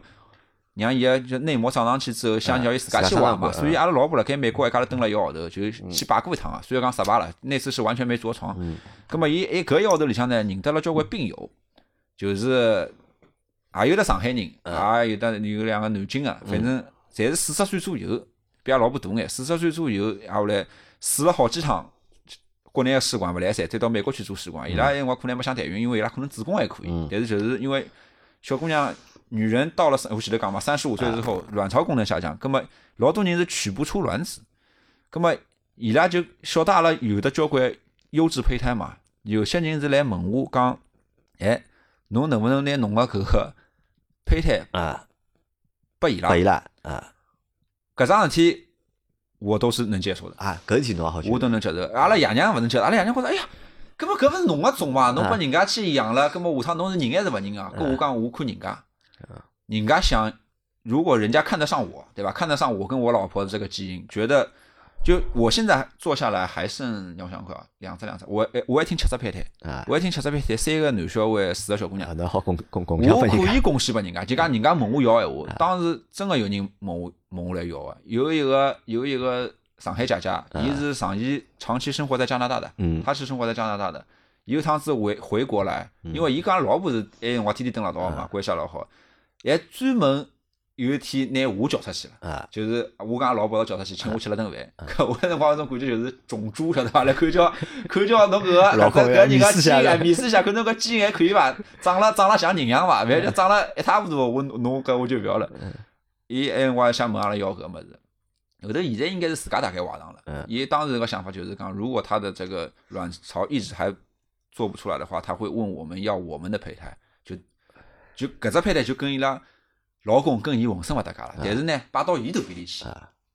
Speaker 2: 让伊个就内膜长上去之后，相较于自家
Speaker 1: 嗯自
Speaker 2: 去
Speaker 1: 家
Speaker 2: 挖
Speaker 1: 上嗯
Speaker 2: 嘛，
Speaker 1: 过
Speaker 2: 所以阿拉老婆辣盖美国一家头蹲了一个号头，就去摆过一趟啊。虽然讲失败了，那次是完全没着床。
Speaker 1: 嗯
Speaker 2: 咁么伊哎搿一个号头里向呢，认得了交关病友，就是啊也有的上海人，啊也有的有两个南京个，反正侪是四十岁左右，比阿拉老婆大眼，四十岁左右，啊后来试了好几趟。国内个试管勿来噻，再到美国去做试管，伊拉因为可能没想代孕，因为伊拉可能子宫还可以，但是就是因为小姑娘，女人到了三我前头讲嘛，三十五岁之后，卵巢功能下降，葛么老多人是取不出卵子，葛么伊拉就晓得阿拉有的交关优质胚胎嘛，有些人是来问我讲，哎，侬能不能拿侬个搿个胚胎
Speaker 1: 啊，
Speaker 2: 拨伊拉
Speaker 1: 拨？伊拉啊
Speaker 2: 搿桩事体我都是能接受的。
Speaker 1: 啊，搿事体侬也好
Speaker 2: 我
Speaker 1: 讲，
Speaker 2: 都能接受。阿拉爷娘勿能接受，阿拉爷娘觉着，哎呀，搿么搿勿是侬个种嘛，侬
Speaker 1: 啊
Speaker 2: 拨人家去养了，搿么下趟侬是人还是勿人啊？啊搿我讲我看人家，人家想，如果人家看得上我，对吧？看得上我跟我老婆的这个基因，觉得就我现在做下来还剩，让我想看啊，两只两只，我哎我还挺七只胚胎，
Speaker 1: 啊
Speaker 2: 我还挺七只胚胎，三个男小孩，四个小姑娘
Speaker 1: 啊，。侬好共共共享
Speaker 2: 我
Speaker 1: 分
Speaker 2: 可
Speaker 1: 人家
Speaker 2: 以贡献拨人家，就讲人家问我要闲话，当时真个有人问我问我来要个，有一个有一个上海姐姐，伊是长期长期生活在加拿大的，
Speaker 1: 嗯
Speaker 2: 她是生活在加拿大的，有一趟子回回国来，
Speaker 1: 嗯
Speaker 2: 因为伊跟阿拉老婆是哎辰光天天蹲辣一道
Speaker 1: 啊
Speaker 2: 嘛，关系也老好，还专门有一天拿我叫出去了。
Speaker 1: 啊，
Speaker 2: 就是我跟阿拉老婆叫出去，请我吃了顿饭。搿我那辰光那种感觉就是种猪晓得伐？来看 叫看叫侬搿个
Speaker 1: 老
Speaker 2: 搿
Speaker 1: 公
Speaker 2: 搿
Speaker 1: 要
Speaker 2: 人家
Speaker 1: 面试
Speaker 2: 基因
Speaker 1: 下来
Speaker 2: 哎面试一下，看侬搿基因还可以伐？长了长了像人样伐？勿要
Speaker 1: 嗯
Speaker 2: 就长了一塌糊涂，我侬搿我就勿要了。伊哎，我也想问阿拉要搿个物事。后头现在应该是自家大概怀上了
Speaker 1: 嗯。
Speaker 2: 伊当时个想法就是讲，如果他的这个卵巢一直还做不出来的话，他会问我们要我们的胚胎，就就搿只胚胎就跟伊拉老公跟伊浑身勿搭界
Speaker 1: 嗯
Speaker 2: 了。但是呢，摆到伊头边里去，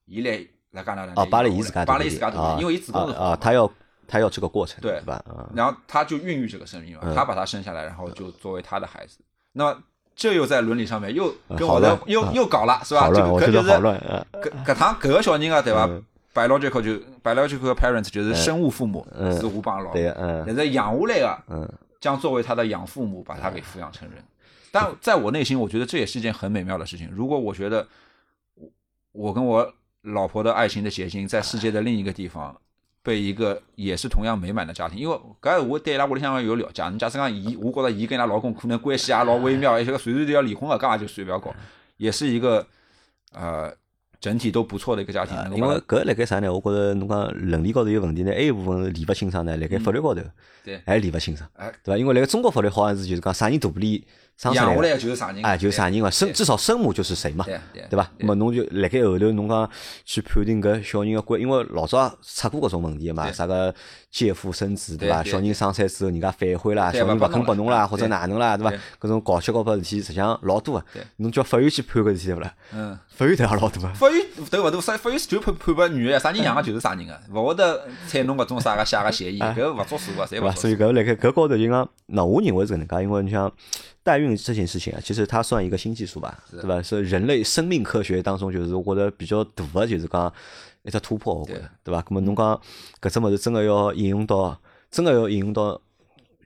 Speaker 2: 伊来来加拿大，
Speaker 1: 哦，巴了伊
Speaker 2: 伊
Speaker 1: 自家
Speaker 2: 摆了伊
Speaker 1: 里
Speaker 2: 自家头
Speaker 1: 啊
Speaker 2: 边，因为伊子宫是
Speaker 1: 啊啊，他要他要这个过程，
Speaker 2: 对
Speaker 1: 吧？啊，
Speaker 2: 然后他就孕育这个生命嘛，
Speaker 1: 嗯
Speaker 2: 他把他生下来，然后就作为他的孩子。那么这又在伦理上面又跟
Speaker 1: 嗯
Speaker 2: 我
Speaker 1: 好
Speaker 2: 的
Speaker 1: 乱
Speaker 2: 又又搞了，是吧？
Speaker 1: 好
Speaker 2: 这
Speaker 1: 乱，我
Speaker 2: 个
Speaker 1: 觉
Speaker 2: 搿
Speaker 1: 得
Speaker 2: 就
Speaker 1: 好
Speaker 2: 是哦
Speaker 1: 乱啊。
Speaker 2: 搿搿趟搿个小人啊，对伐？biological 就 biological parents 就是生物父母，是我帮老
Speaker 1: 对
Speaker 2: 婆，
Speaker 1: 呀，嗯
Speaker 2: 但是养下来个
Speaker 1: 嗯
Speaker 2: 将作为他的养父母把他给抚养成人。但在我内心，我觉得这也是一件很美妙的事情。如果我觉得我我跟我老婆的爱情的结晶在世界的另一个地方被一个也是同样美满的家庭，因为搿我对伊拉屋里向有了解，人家是讲伊，我觉着伊跟伊拉老公可能关系也老微妙，而且个随时都要离婚了，搿也就随便
Speaker 1: 嗯
Speaker 2: 搞，也是一个呃整体都不错的一个家庭。能够
Speaker 1: 因
Speaker 2: 把
Speaker 1: 为
Speaker 2: 它
Speaker 1: 搿辣盖啥呢？嗯我觉着侬讲伦理高头有问题呢，还有一部分是理勿清爽呢，辣盖法律高头
Speaker 2: 对
Speaker 1: 还是理勿清爽
Speaker 2: 嗯哎，
Speaker 1: 对伐？因为辣盖中国法律好像是就是讲啥人大不了生出
Speaker 2: 养下
Speaker 1: 来
Speaker 2: 来
Speaker 1: 的
Speaker 2: 的就是啥人
Speaker 1: 哎，就是啥人嘛，生
Speaker 2: 对
Speaker 1: 至少生母就是谁嘛，
Speaker 2: 对对
Speaker 1: 对伐？那
Speaker 2: 对
Speaker 1: 么侬就辣盖后头侬讲去判定搿小人个关，因为老早出过搿种问题个嘛，
Speaker 2: 对
Speaker 1: 啥个借腹生子对伐？
Speaker 2: 对对
Speaker 1: 小人生产之后人家反悔啦，
Speaker 2: 对
Speaker 1: 小人勿
Speaker 2: 勿拨侬
Speaker 1: 肯拨侬
Speaker 2: 了
Speaker 1: 啦，或者
Speaker 2: 对
Speaker 1: 哪能啦，对伐
Speaker 2: 对？
Speaker 1: 搿种搞七搞八事体，实际上老多个
Speaker 2: 对，
Speaker 1: 侬叫法院去判搿事体对勿啦？
Speaker 2: 嗯。
Speaker 1: 法院头也老多个。
Speaker 2: 法院对勿对？啥法院就判判拨女个，啥人养个就是 啥人个，勿会得采侬搿种啥个写个协议，搿勿作数个，侪
Speaker 1: 对
Speaker 2: 勿
Speaker 1: 吧？
Speaker 2: 作
Speaker 1: 哎所
Speaker 2: 数。
Speaker 1: 以搿辣盖搿高头就讲，那我认为是搿能介，因为你像代孕这件事情啊，其实它算一个新技术吧，对吧？是人类生命科学当中，就是我觉着比较大的，就是讲一只突破，我觉着
Speaker 2: 对，
Speaker 1: 对吧？那么侬讲搿只物事真个要应用到，真个要应用到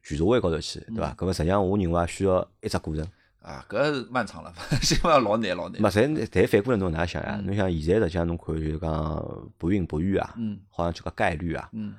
Speaker 1: 全社会高头去，对吧？搿么实际上我认为啊也需要一只过程。
Speaker 2: 啊，搿是漫长了， 希望老难老难。
Speaker 1: 嘛，但但反过来侬哪想呀？侬想现在实际上侬看就是讲不孕不育啊，
Speaker 2: 嗯
Speaker 1: 好像这个概率啊，
Speaker 2: 嗯，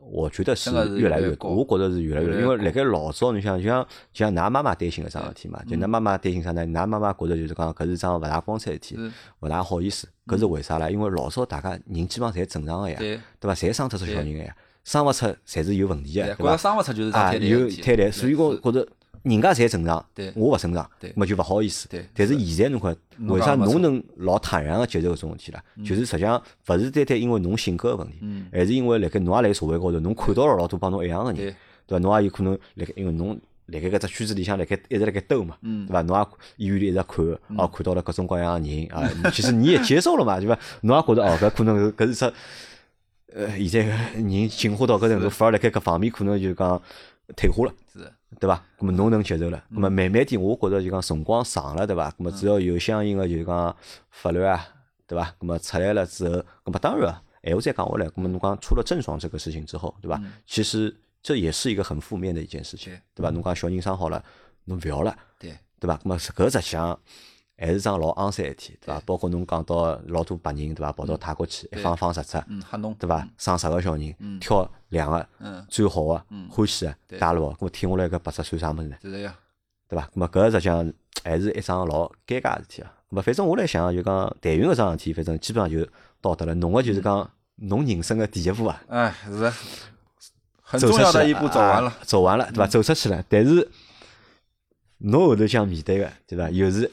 Speaker 1: 我觉得是
Speaker 2: 真的是
Speaker 1: 越来
Speaker 2: 越
Speaker 1: 越
Speaker 2: 高
Speaker 1: 我觉得是越来越
Speaker 2: 越来越
Speaker 1: 因为
Speaker 2: 高
Speaker 1: 辣盖老早，你想就像就像㑚妈妈担心搿桩事体嘛，就
Speaker 2: 嗯
Speaker 1: 㑚妈妈担心啥呢？㑚妈妈觉着就是讲搿是桩勿大光彩事体
Speaker 2: 是，嗯
Speaker 1: 勿大好意思。搿是为啥啦？因为老早大家人基本上侪正常个呀，
Speaker 2: 对
Speaker 1: 对伐？侪生得出小人个呀，生勿出侪是有问题
Speaker 2: 对，
Speaker 1: 个，
Speaker 2: 觉
Speaker 1: 对
Speaker 2: 着
Speaker 1: 伐？
Speaker 2: 生勿出就是
Speaker 1: 啊，
Speaker 2: 桩
Speaker 1: 有
Speaker 2: 胎
Speaker 1: 坍台，
Speaker 2: 来个
Speaker 1: 所以讲
Speaker 2: 事体
Speaker 1: 觉着人家侪正常
Speaker 2: 对，
Speaker 1: 我勿正常
Speaker 2: 对，
Speaker 1: 那么就勿好意思
Speaker 2: 对。
Speaker 1: 但是现在侬看，
Speaker 2: 侬
Speaker 1: 为啥
Speaker 2: 讲得
Speaker 1: 侬
Speaker 2: 勿错嗯
Speaker 1: 能老坦然个接受搿种问题啦？就是实际上勿是单单因为侬性格个问题，还是因为辣盖侬也辣盖社会高头，侬看到了老多帮侬一样个人，
Speaker 2: 对
Speaker 1: 对伐？侬也有可能辣盖因为侬。辣盖搿只圈子里向，辣盖一直辣盖兜嘛，
Speaker 2: 嗯
Speaker 1: 对伐？侬也医院里一直看，哦，看到了各种各样个人啊。其实你也接受了嘛，对伐？侬也觉得哦，搿可能是搿是只呃，现在人进化到搿程度，反而辣盖搿方面可能就讲退化了，
Speaker 2: 是是
Speaker 1: 对伐？咁么侬能接受了，咁么慢慢点，我觉着就讲辰光长了，对伐？咁么只要有相应个就是讲法律啊，对伐？咁么出来了之后，咁么当然啊，闲话再讲回来，咁么侬讲出了郑爽这个事情之后，对伐？其实这也是一个很负面的一件事情
Speaker 2: 对，
Speaker 1: 对伐？侬讲小人生好了，侬勿要了。
Speaker 2: 对
Speaker 1: 对伐？咁么搿实际上还是桩老肮三事体，对伐？包括侬讲到老多白人，对伐？跑到泰国去一放放十只，
Speaker 2: 嗯，黑侬
Speaker 1: 对伐？生十个小人，挑两个
Speaker 2: 嗯
Speaker 1: 最好个、欢喜个带牢，咁么听下来搿八只算啥物事呢？
Speaker 2: 就是呀，
Speaker 1: 对伐？咁么搿实际上还是一桩老尴尬个事体啊。咁么反正我来想，就讲代孕搿桩事体，反正基本上就到得了。侬个
Speaker 2: 嗯
Speaker 1: 就是讲侬人生个第一步啊，
Speaker 2: 哎，是很
Speaker 1: 走
Speaker 2: 重
Speaker 1: 出
Speaker 2: 要
Speaker 1: 去
Speaker 2: 的
Speaker 1: 了
Speaker 2: 一步走完了嗯
Speaker 1: 啊，走完了，对伐？走出去了，但是侬后头想面对个，对伐？又是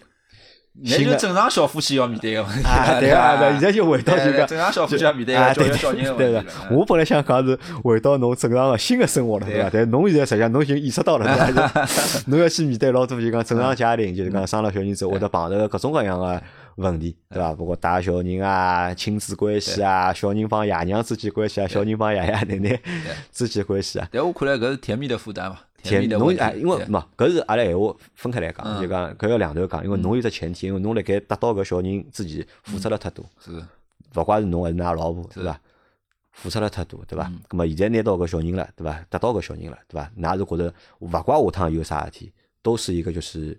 Speaker 2: 那
Speaker 1: 新
Speaker 2: 就
Speaker 1: 的
Speaker 2: 正常小夫妻要面对个问题
Speaker 1: 啊，
Speaker 2: 了，
Speaker 1: 对
Speaker 2: 吧
Speaker 1: 啊，对，现在就回到
Speaker 2: 对
Speaker 1: 就
Speaker 2: 对
Speaker 1: 讲
Speaker 2: 正常小夫妻要面对
Speaker 1: 啊
Speaker 2: 个教
Speaker 1: 对
Speaker 2: 育小
Speaker 1: 对
Speaker 2: 人个
Speaker 1: 对
Speaker 2: 问
Speaker 1: 的
Speaker 2: 题了。嗯
Speaker 1: 我本来想讲是回到侬正常的新的生活了，对伐？
Speaker 2: 对
Speaker 1: 但侬现在实际上侬已经意识到了，对 伐？就 侬要去面对老多就讲正常家庭，就是
Speaker 2: 嗯
Speaker 1: 讲生了小人之后会得碰到各种各样的问题，对
Speaker 2: 嗯
Speaker 1: 伐？包括带小人啊、亲子关系啊、小人帮爷娘之间关系啊、小人帮爷爷奶奶之间关系啊。
Speaker 2: 在我看来，搿是甜蜜的负担嘛，蜜的
Speaker 1: 侬
Speaker 2: 问题。
Speaker 1: 啊，因为
Speaker 2: 对
Speaker 1: 嘛，搿是阿拉闲话分开来讲，
Speaker 2: 嗯
Speaker 1: 就讲搿要两头讲，因为侬有只前提，因为侬辣盖得到搿小人之前付出了太多。
Speaker 2: 是
Speaker 1: 勿怪是侬还是㑚老婆，对伐？付出了太多，对伐？
Speaker 2: 嗯
Speaker 1: 咁么现在拿到搿小人了，对伐？得到搿小人了，对伐？㑚是觉得勿怪下趟有啥事体，都是一个就是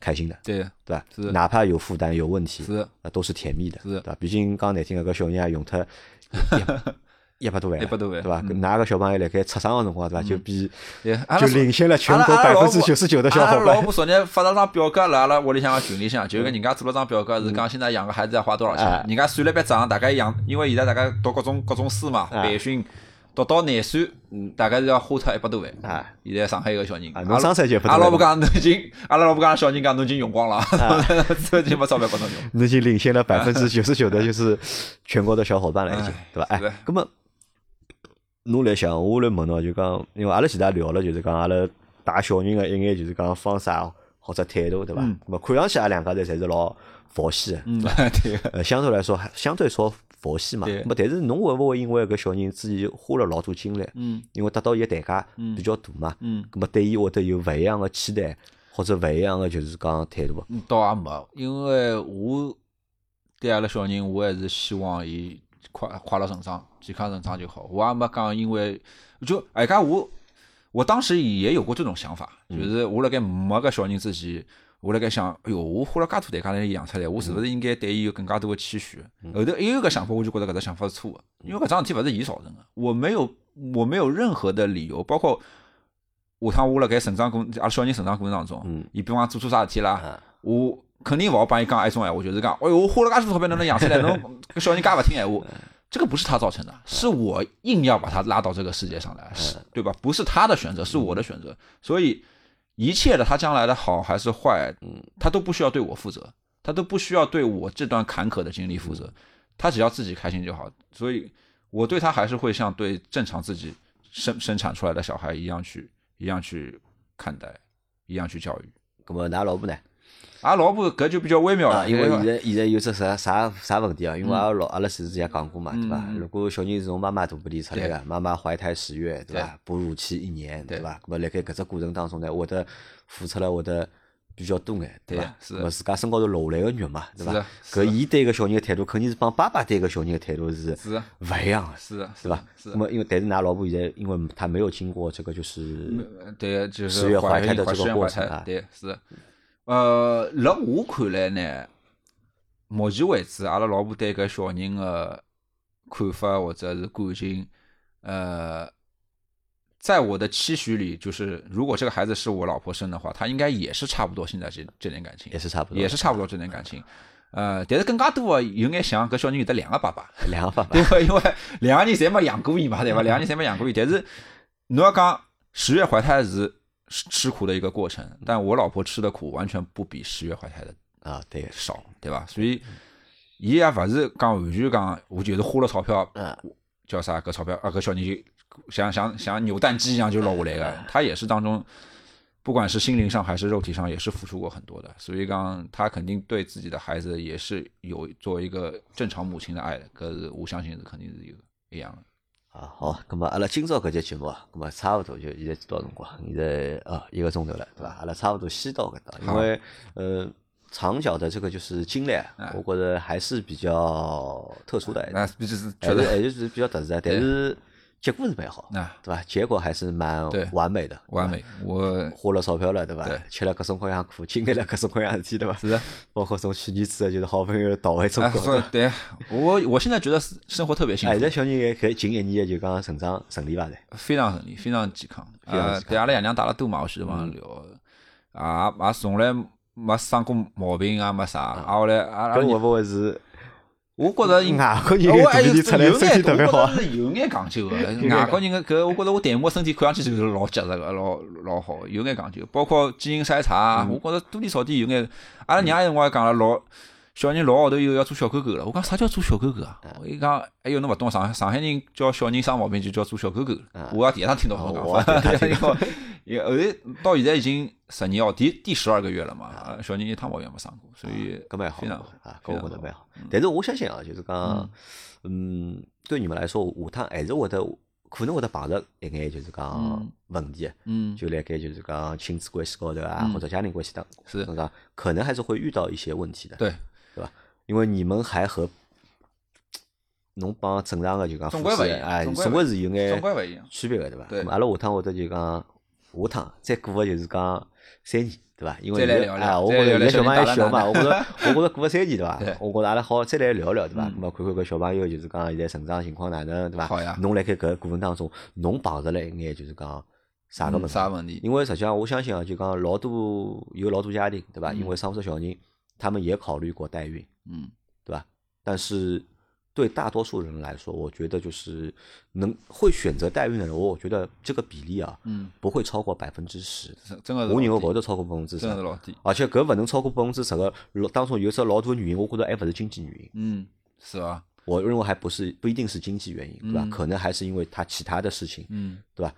Speaker 1: 开心的，
Speaker 2: 对
Speaker 1: 对伐？
Speaker 2: 是
Speaker 1: 哪怕有负担有问题，
Speaker 2: 是
Speaker 1: 啊都是甜蜜的，
Speaker 2: 是
Speaker 1: 对伐？毕竟讲难听个，搿小人也用脱 一一百多万了，
Speaker 2: 一百多万
Speaker 1: 对伐？搿㑚个小朋友辣盖出生个辰光，对伐？就比
Speaker 2: 对，阿
Speaker 1: 就
Speaker 2: 拉
Speaker 1: 领先了全
Speaker 2: 阿拉
Speaker 1: 国
Speaker 2: 阿拉
Speaker 1: 百
Speaker 2: 老
Speaker 1: 分之
Speaker 2: 婆
Speaker 1: 九十九的小
Speaker 2: 阿
Speaker 1: 伙
Speaker 2: 拉
Speaker 1: 伴
Speaker 2: 老。婆昨天发了张表格辣阿拉屋里向个群里向，就跟人家做了张表格，是讲现在养个孩子要花多少
Speaker 1: 嗯哎
Speaker 2: 钱。人家算了笔账，大概养，因为现在大家读各种各种书嘛，
Speaker 1: 哎
Speaker 2: 培训读到廿岁，嗯大概是要花脱一百多万。
Speaker 1: 哎
Speaker 2: 现在上海一个小人，
Speaker 1: 啊
Speaker 2: 阿
Speaker 1: 侬生出来就一百多
Speaker 2: 阿
Speaker 1: 万
Speaker 2: 拉老婆讲，侬已经，阿拉老婆讲，小人讲侬已经用光了，
Speaker 1: 哎
Speaker 2: 这已经没钞票拨侬用。
Speaker 1: 你已经领先了百分 之九十九的，就是全国的小伙伴了，已经
Speaker 2: 哎，
Speaker 1: 对吧？哎
Speaker 2: 是的，
Speaker 1: 那么侬来想，我来问侬，就讲，因为阿拉前头也聊了，就是讲阿拉带小人的一眼就是讲方式啊或者态度，对吧？那么看上去阿啊拉两家头侪是老佛系的，
Speaker 2: 嗯， 对，
Speaker 1: 呃，相对来说还相对说佛系嘛。
Speaker 2: 对
Speaker 1: 那么但是侬会不会因为搿小人自己花了老多精力，
Speaker 2: 嗯
Speaker 1: 因为得到伊个代价比较大嘛，
Speaker 2: 嗯。
Speaker 1: 那么对伊会得有勿一样的期待，或者勿一样的就是讲态度啊？
Speaker 2: 嗯，倒也没，因为我对阿拉小人，我还是希望伊快快乐成长、健康成长就好。我也没讲，因为就哎，讲我我当时也有过这种想法，就是我辣盖没个小人之前，我辣盖想，哎哟，我花了介多代价让伊养出来，我是勿是应该对伊有更加多的期许？后头还有一个想法，我就觉得搿只想法是错的，因为搿桩事体勿是伊造成的，我没有我没有任何的理由，包括。下趟我辣盖成长过，阿拉小人成长过程当中，伊比方讲做错啥事体啦，我肯定勿好帮伊讲一种闲话，就是讲， 哎哟，我花了介许多钞票，哪能养出来？侬搿小人介勿听闲话，这个不是他造成的，是我硬要把他拉到这个世界上来，是对吧？不是他的选择，是我的选择，所以一切的他将来的好还是坏，他都不需要对我负责，他都不需要对我这段坎坷的经历负责，他只要自己开心就好。所以我对他还是会像对正常自己生生产出来的小孩一样去一样去看待，一样去教育。
Speaker 1: 咁么㑚老婆呢？
Speaker 2: 阿拉老婆搿就比较微妙
Speaker 1: 啊，
Speaker 2: 了，
Speaker 1: 因为现
Speaker 2: 为
Speaker 1: 在现在有只啥啥啥问题啊？因为阿拉老阿拉之前也讲过嘛，对
Speaker 2: 嗯
Speaker 1: 伐？如果小人是从妈妈肚皮里出来的，妈妈怀胎十月，对伐？哺乳期一年，对
Speaker 2: 对
Speaker 1: 伐？咁么辣盖搿只过程当中呢，会得付出了会得比较多眼，
Speaker 2: 对
Speaker 1: 伐？
Speaker 2: 是
Speaker 1: 咁么自家身高头落下来个肉嘛，对
Speaker 2: 是
Speaker 1: 伐
Speaker 2: 啊？是
Speaker 1: 搿
Speaker 2: 啊
Speaker 1: 伊对搿小人的态度，肯定是帮爸爸对搿小人的态度是
Speaker 2: 是啊
Speaker 1: 勿一样的，
Speaker 2: 是啊
Speaker 1: 对吧？
Speaker 2: 是
Speaker 1: 那么因为但是㑚老婆现在，因为她没有经过这个就是
Speaker 2: 呃对，就
Speaker 1: 十月
Speaker 2: 是
Speaker 1: 怀
Speaker 2: 怀
Speaker 1: 胎的这个
Speaker 2: 十月
Speaker 1: 过
Speaker 2: 怀
Speaker 1: 程啊
Speaker 2: 胎，对，是。呃，辣我看来呢，目前为止，阿拉老婆对搿小人的看法或者是感情，呃，在我的期许里，就是如果这个孩子是我老婆生的话，她应该也是差不多现在这这点感情
Speaker 1: 也，是差不多，
Speaker 2: 也是差不多这点感情。呃，但是更加多的有眼像搿小人有得两个爸爸，
Speaker 1: 两个爸爸
Speaker 2: 对伐？因为两个人侪没养过伊嘛，对伐？两个人侪没养过伊，但是侬要讲十月怀胎是吃吃苦的一个过程，但我老婆吃的苦完全不比十月怀胎的
Speaker 1: 啊，对，
Speaker 2: 少，对伐？所以伊也勿是讲完全讲，我就是花了钞票，
Speaker 1: 嗯
Speaker 2: 叫啥搿钞票啊，搿小人就像像像扭蛋机一样就落下来
Speaker 1: 嗯
Speaker 2: 个，他也是当中。不管是心灵上还是肉体上，也是付出过很多的，所以讲他肯定对自己的孩子也是有作为一个正常母亲的爱的，搿是我相信是肯定是有一样的。
Speaker 1: 啊，好，那么阿拉今朝搿节节目啊，那么差勿多就现在几多辰光？现在啊一个钟头了，对伐？阿拉差勿多先到搿搭，因为呃长角的这个就是经历啊，我觉着还是比较特殊的，
Speaker 2: 啊那毕竟是
Speaker 1: 还
Speaker 2: 觉
Speaker 1: 是
Speaker 2: 得
Speaker 1: 还是比较特殊的，但是结果是蛮好，
Speaker 2: 啊
Speaker 1: 对伐？结果还是蛮
Speaker 2: 对
Speaker 1: 完美的，
Speaker 2: 完美， 我
Speaker 1: 花了钞票了，对伐
Speaker 2: 对？
Speaker 1: 吃了各种各样苦，经历了各种各样事体，对伐？
Speaker 2: 是的。
Speaker 1: 包括从去年之后，就是好朋友倒回中
Speaker 2: 啊，
Speaker 1: 国。
Speaker 2: 说对我我现在觉得是生活特别幸
Speaker 1: 哎，
Speaker 2: 福
Speaker 1: 现，在小人搿近一年就讲成长顺利伐？侪
Speaker 2: 非常顺利，非常健康。
Speaker 1: 非常嗯
Speaker 2: 呃
Speaker 1: 健，康
Speaker 2: 对阿拉爷娘打了多嘛，我是帮她聊，啊，也从来没生过毛病啊，没啥。
Speaker 1: 嗯
Speaker 2: 啊，后来阿拉
Speaker 1: 搿会，不会是
Speaker 2: 我觉着应该。
Speaker 1: 外 国人
Speaker 2: 我还
Speaker 1: 的
Speaker 2: 有
Speaker 1: 肚皮出来
Speaker 2: 有
Speaker 1: 身体
Speaker 2: 眼，
Speaker 1: 特别
Speaker 2: 我
Speaker 1: 好啊
Speaker 2: 觉？着是有眼讲 究的。外国人个搿，我觉着我对我身体看上去就是老结实个，老老好，有眼讲究。包括基因筛查啊，
Speaker 1: 嗯
Speaker 2: 我觉着多多少少有眼。阿拉娘有辰光也讲了，老小人六个号头以后要做小狗狗了。我讲啥叫做小狗狗
Speaker 1: 嗯
Speaker 2: 啊？我一讲，哎哟，侬勿懂上海上海人叫小人生毛病就叫做小狗狗了。我也第一趟听到搿
Speaker 1: 嗯
Speaker 2: 种
Speaker 1: 哦我也
Speaker 2: 讲法，因为因为后来到现在已经十年哦，第第十二个月了嘛，啊小人一趟毛病没生过，所以
Speaker 1: 搿蛮好
Speaker 2: 非常好
Speaker 1: 啊，搿
Speaker 2: 非
Speaker 1: 我觉
Speaker 2: 常
Speaker 1: 得
Speaker 2: 好
Speaker 1: 蛮好。但是我相信啊，就是讲，嗯，对你们来说，下趟还是会得可能会得碰着一眼就是讲
Speaker 2: 嗯
Speaker 1: 问题，
Speaker 2: 嗯，
Speaker 1: 就辣盖就是讲亲子关系高头啊，或者家庭关系当中，
Speaker 2: 是
Speaker 1: 讲可能还是会遇到一些问题的，
Speaker 2: 对。
Speaker 1: 对吧？因为你们还和侬帮正常的就讲
Speaker 2: 总
Speaker 1: 夫
Speaker 2: 归
Speaker 1: 妻
Speaker 2: 勿一样
Speaker 1: 哎，
Speaker 2: 总归
Speaker 1: 总
Speaker 2: 勿
Speaker 1: 归是有眼
Speaker 2: 总归勿一样
Speaker 1: 区别的，对吧？
Speaker 2: 对
Speaker 1: 咁阿拉下趟会得就讲下趟再过个就是讲三年，对吧？因为
Speaker 2: 再来
Speaker 1: 现在
Speaker 2: 聊聊
Speaker 1: 哎，我
Speaker 2: 再
Speaker 1: 觉着
Speaker 2: 聊聊
Speaker 1: 现在小朋友
Speaker 2: 小人
Speaker 1: 还
Speaker 2: 打
Speaker 1: 小
Speaker 2: 打
Speaker 1: 嘛，
Speaker 2: 打
Speaker 1: 我觉着我觉着过个三年，对吧
Speaker 2: 对？嗯
Speaker 1: 我觉着阿拉好再来聊聊，对吧？咁么看看搿小朋友就是讲现在成长情况哪能，对吧？
Speaker 2: 好呀
Speaker 1: 侬辣盖搿个过程当中，侬碰着了一眼就是讲啥个问
Speaker 2: 嗯
Speaker 1: 题？
Speaker 2: 啥问题？
Speaker 1: 因为实际上我相信啊，就讲老多有老多家庭，对吧？因为生不出小人，他们也考虑过代孕，
Speaker 2: 嗯，
Speaker 1: 对吧？但是对大多数人来说，我觉得就是能会选择代孕的人，我觉得这个比例啊，
Speaker 2: 嗯，
Speaker 1: 不会超过百分之十。
Speaker 2: 真真个是
Speaker 1: 我认为
Speaker 2: 老
Speaker 1: 不
Speaker 2: 低
Speaker 1: 会得超过百分之十
Speaker 2: 真，的是老低。
Speaker 1: 而且搿勿能超过百分之十个，老当中有一只老大的原因，我觉得还勿是经济原因，
Speaker 2: 嗯，是吧？
Speaker 1: 我认为还不是不一定是经济原因，对吧？
Speaker 2: 嗯
Speaker 1: 可能还是因为他其他的事情，
Speaker 2: 嗯，
Speaker 1: 对吧？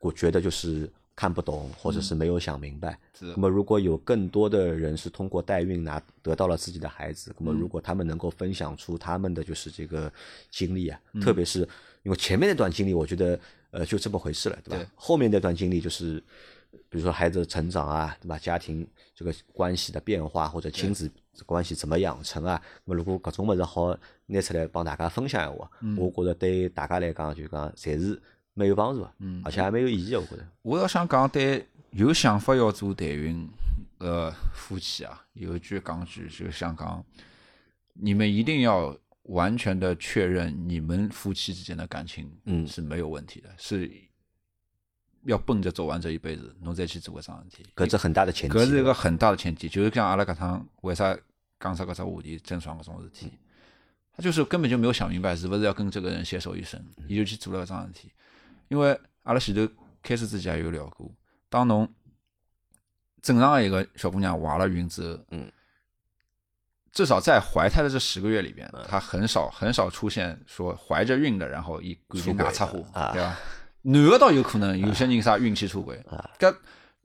Speaker 1: 我觉得就是看不懂，或者是没有想明白。
Speaker 2: 是
Speaker 1: 那么，如果有更多的人是通过代孕拿得到了自己的孩子，
Speaker 2: 嗯
Speaker 1: 那么如果他们能够分享出他们的就是这个经历啊，
Speaker 2: 嗯
Speaker 1: 特别是因为前面那段经历，我觉得呃就这么回事了，对吧？
Speaker 2: 对
Speaker 1: 后面那段经历就是，比如说孩子的成长啊，对吧？家庭这个关系的变化或者亲子关系怎么养成啊？那么如果各种么子好拿出来帮大家分享闲话，
Speaker 2: 嗯
Speaker 1: 我觉得对大家来讲就讲侪是蛮有帮助啊，
Speaker 2: 嗯
Speaker 1: 而且还蛮有意义的，我觉得。
Speaker 2: 我要想讲对有想法要做代孕呃夫妻啊，有一句讲句就想讲，你们一定要完全的确认你们夫妻之间的感情，
Speaker 1: 嗯
Speaker 2: 是没有问题的，是要奔着走完这一辈子，侬再去做搿桩事体。
Speaker 1: 搿只很大的前提，
Speaker 2: 搿是一个很大的前提，就是像阿拉搿趟为啥讲出搿只话题郑爽搿种事
Speaker 1: 嗯
Speaker 2: 体，他就是根本就没有想明白是勿是要跟这个人携手一生，
Speaker 1: 嗯
Speaker 2: 伊就去做了搿桩事体。因为阿拉前头开始之前也有聊过，当侬正常的一个小姑娘怀了孕之后，
Speaker 1: 嗯，
Speaker 2: 至少在怀胎的这十个月里边
Speaker 1: 嗯，
Speaker 2: 她很少很少出现说怀着孕的，然后一感情
Speaker 1: 出轨
Speaker 2: 外出货，
Speaker 1: 啊
Speaker 2: 对吧？男的倒有可能，有些人啥孕期出轨，
Speaker 1: 啊
Speaker 2: 但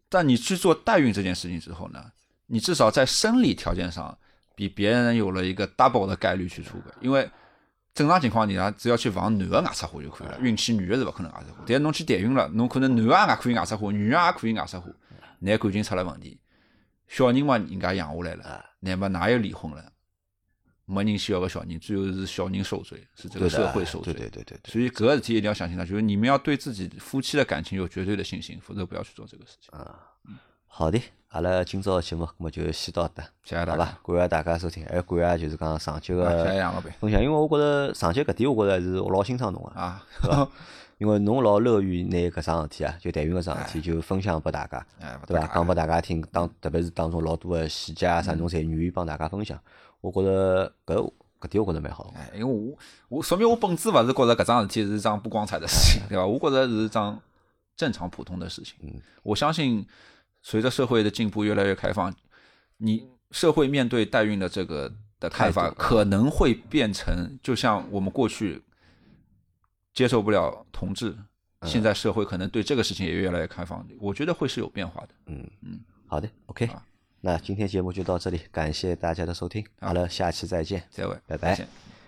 Speaker 2: 但你去做代孕这件事情之后呢，你至少在生理条件上比别人有了一个 double 的概率去出轨，因为正常情况底下只要去防男的外出货就可以了，孕期女的是勿可能外出货。但是侬去代孕了，侬可能男的也可以外出货，女的也可以外出货，你感情出了问题，小人嘛人家养下来了，乃末哪又离婚了？没人去要个小人，最后是小人受罪，是这个
Speaker 1: 对的
Speaker 2: 社会受罪。
Speaker 1: 对对对对对
Speaker 2: 所以搿个事体一定要想清楚，就是你们要对自己夫妻的感情有绝对的信心，否则不要去做这个事情。
Speaker 1: 啊，好的，阿拉今朝的节目那么就先到这，
Speaker 2: 谢谢大
Speaker 1: 好
Speaker 2: 家
Speaker 1: 吧，，呃感谢大家收听，还有感谢就是讲上节
Speaker 2: 啊谢谢
Speaker 1: 个
Speaker 2: 杨老板
Speaker 1: 分享，因为我觉着上节搿点我觉着还是我老欣赏侬个，
Speaker 2: 啊，
Speaker 1: 因为侬老乐于拿搿桩事体啊，就代孕搿桩事体就分享拨大家，
Speaker 2: 哎，不
Speaker 1: 对
Speaker 2: 打
Speaker 1: 伐？讲拨大家听，
Speaker 2: 嗯
Speaker 1: 当特别是当中老多个细节啊啥，侬侪愿意帮大家分享，我觉着搿搿点我觉着蛮好。
Speaker 2: 哎，因为我我说明我本质勿是觉着搿桩事体是一桩不光彩的事 情，对伐？我觉着是一桩正常普通的事情。
Speaker 1: 嗯
Speaker 2: 我相信随着社会的进步越来越开放，你社会面对代孕的这个的看法
Speaker 1: 态度
Speaker 2: 可能会变成，就像我们过去接受不了同志，
Speaker 1: 嗯
Speaker 2: 现在社会可能对这个事情也越来越开放，我觉得会是有变化的。
Speaker 1: 好的，OK，
Speaker 2: 啊
Speaker 1: 那今天节目就到这里，感谢大家的收听，阿拉下期再见，
Speaker 2: 再会，
Speaker 1: 拜拜
Speaker 2: 再见。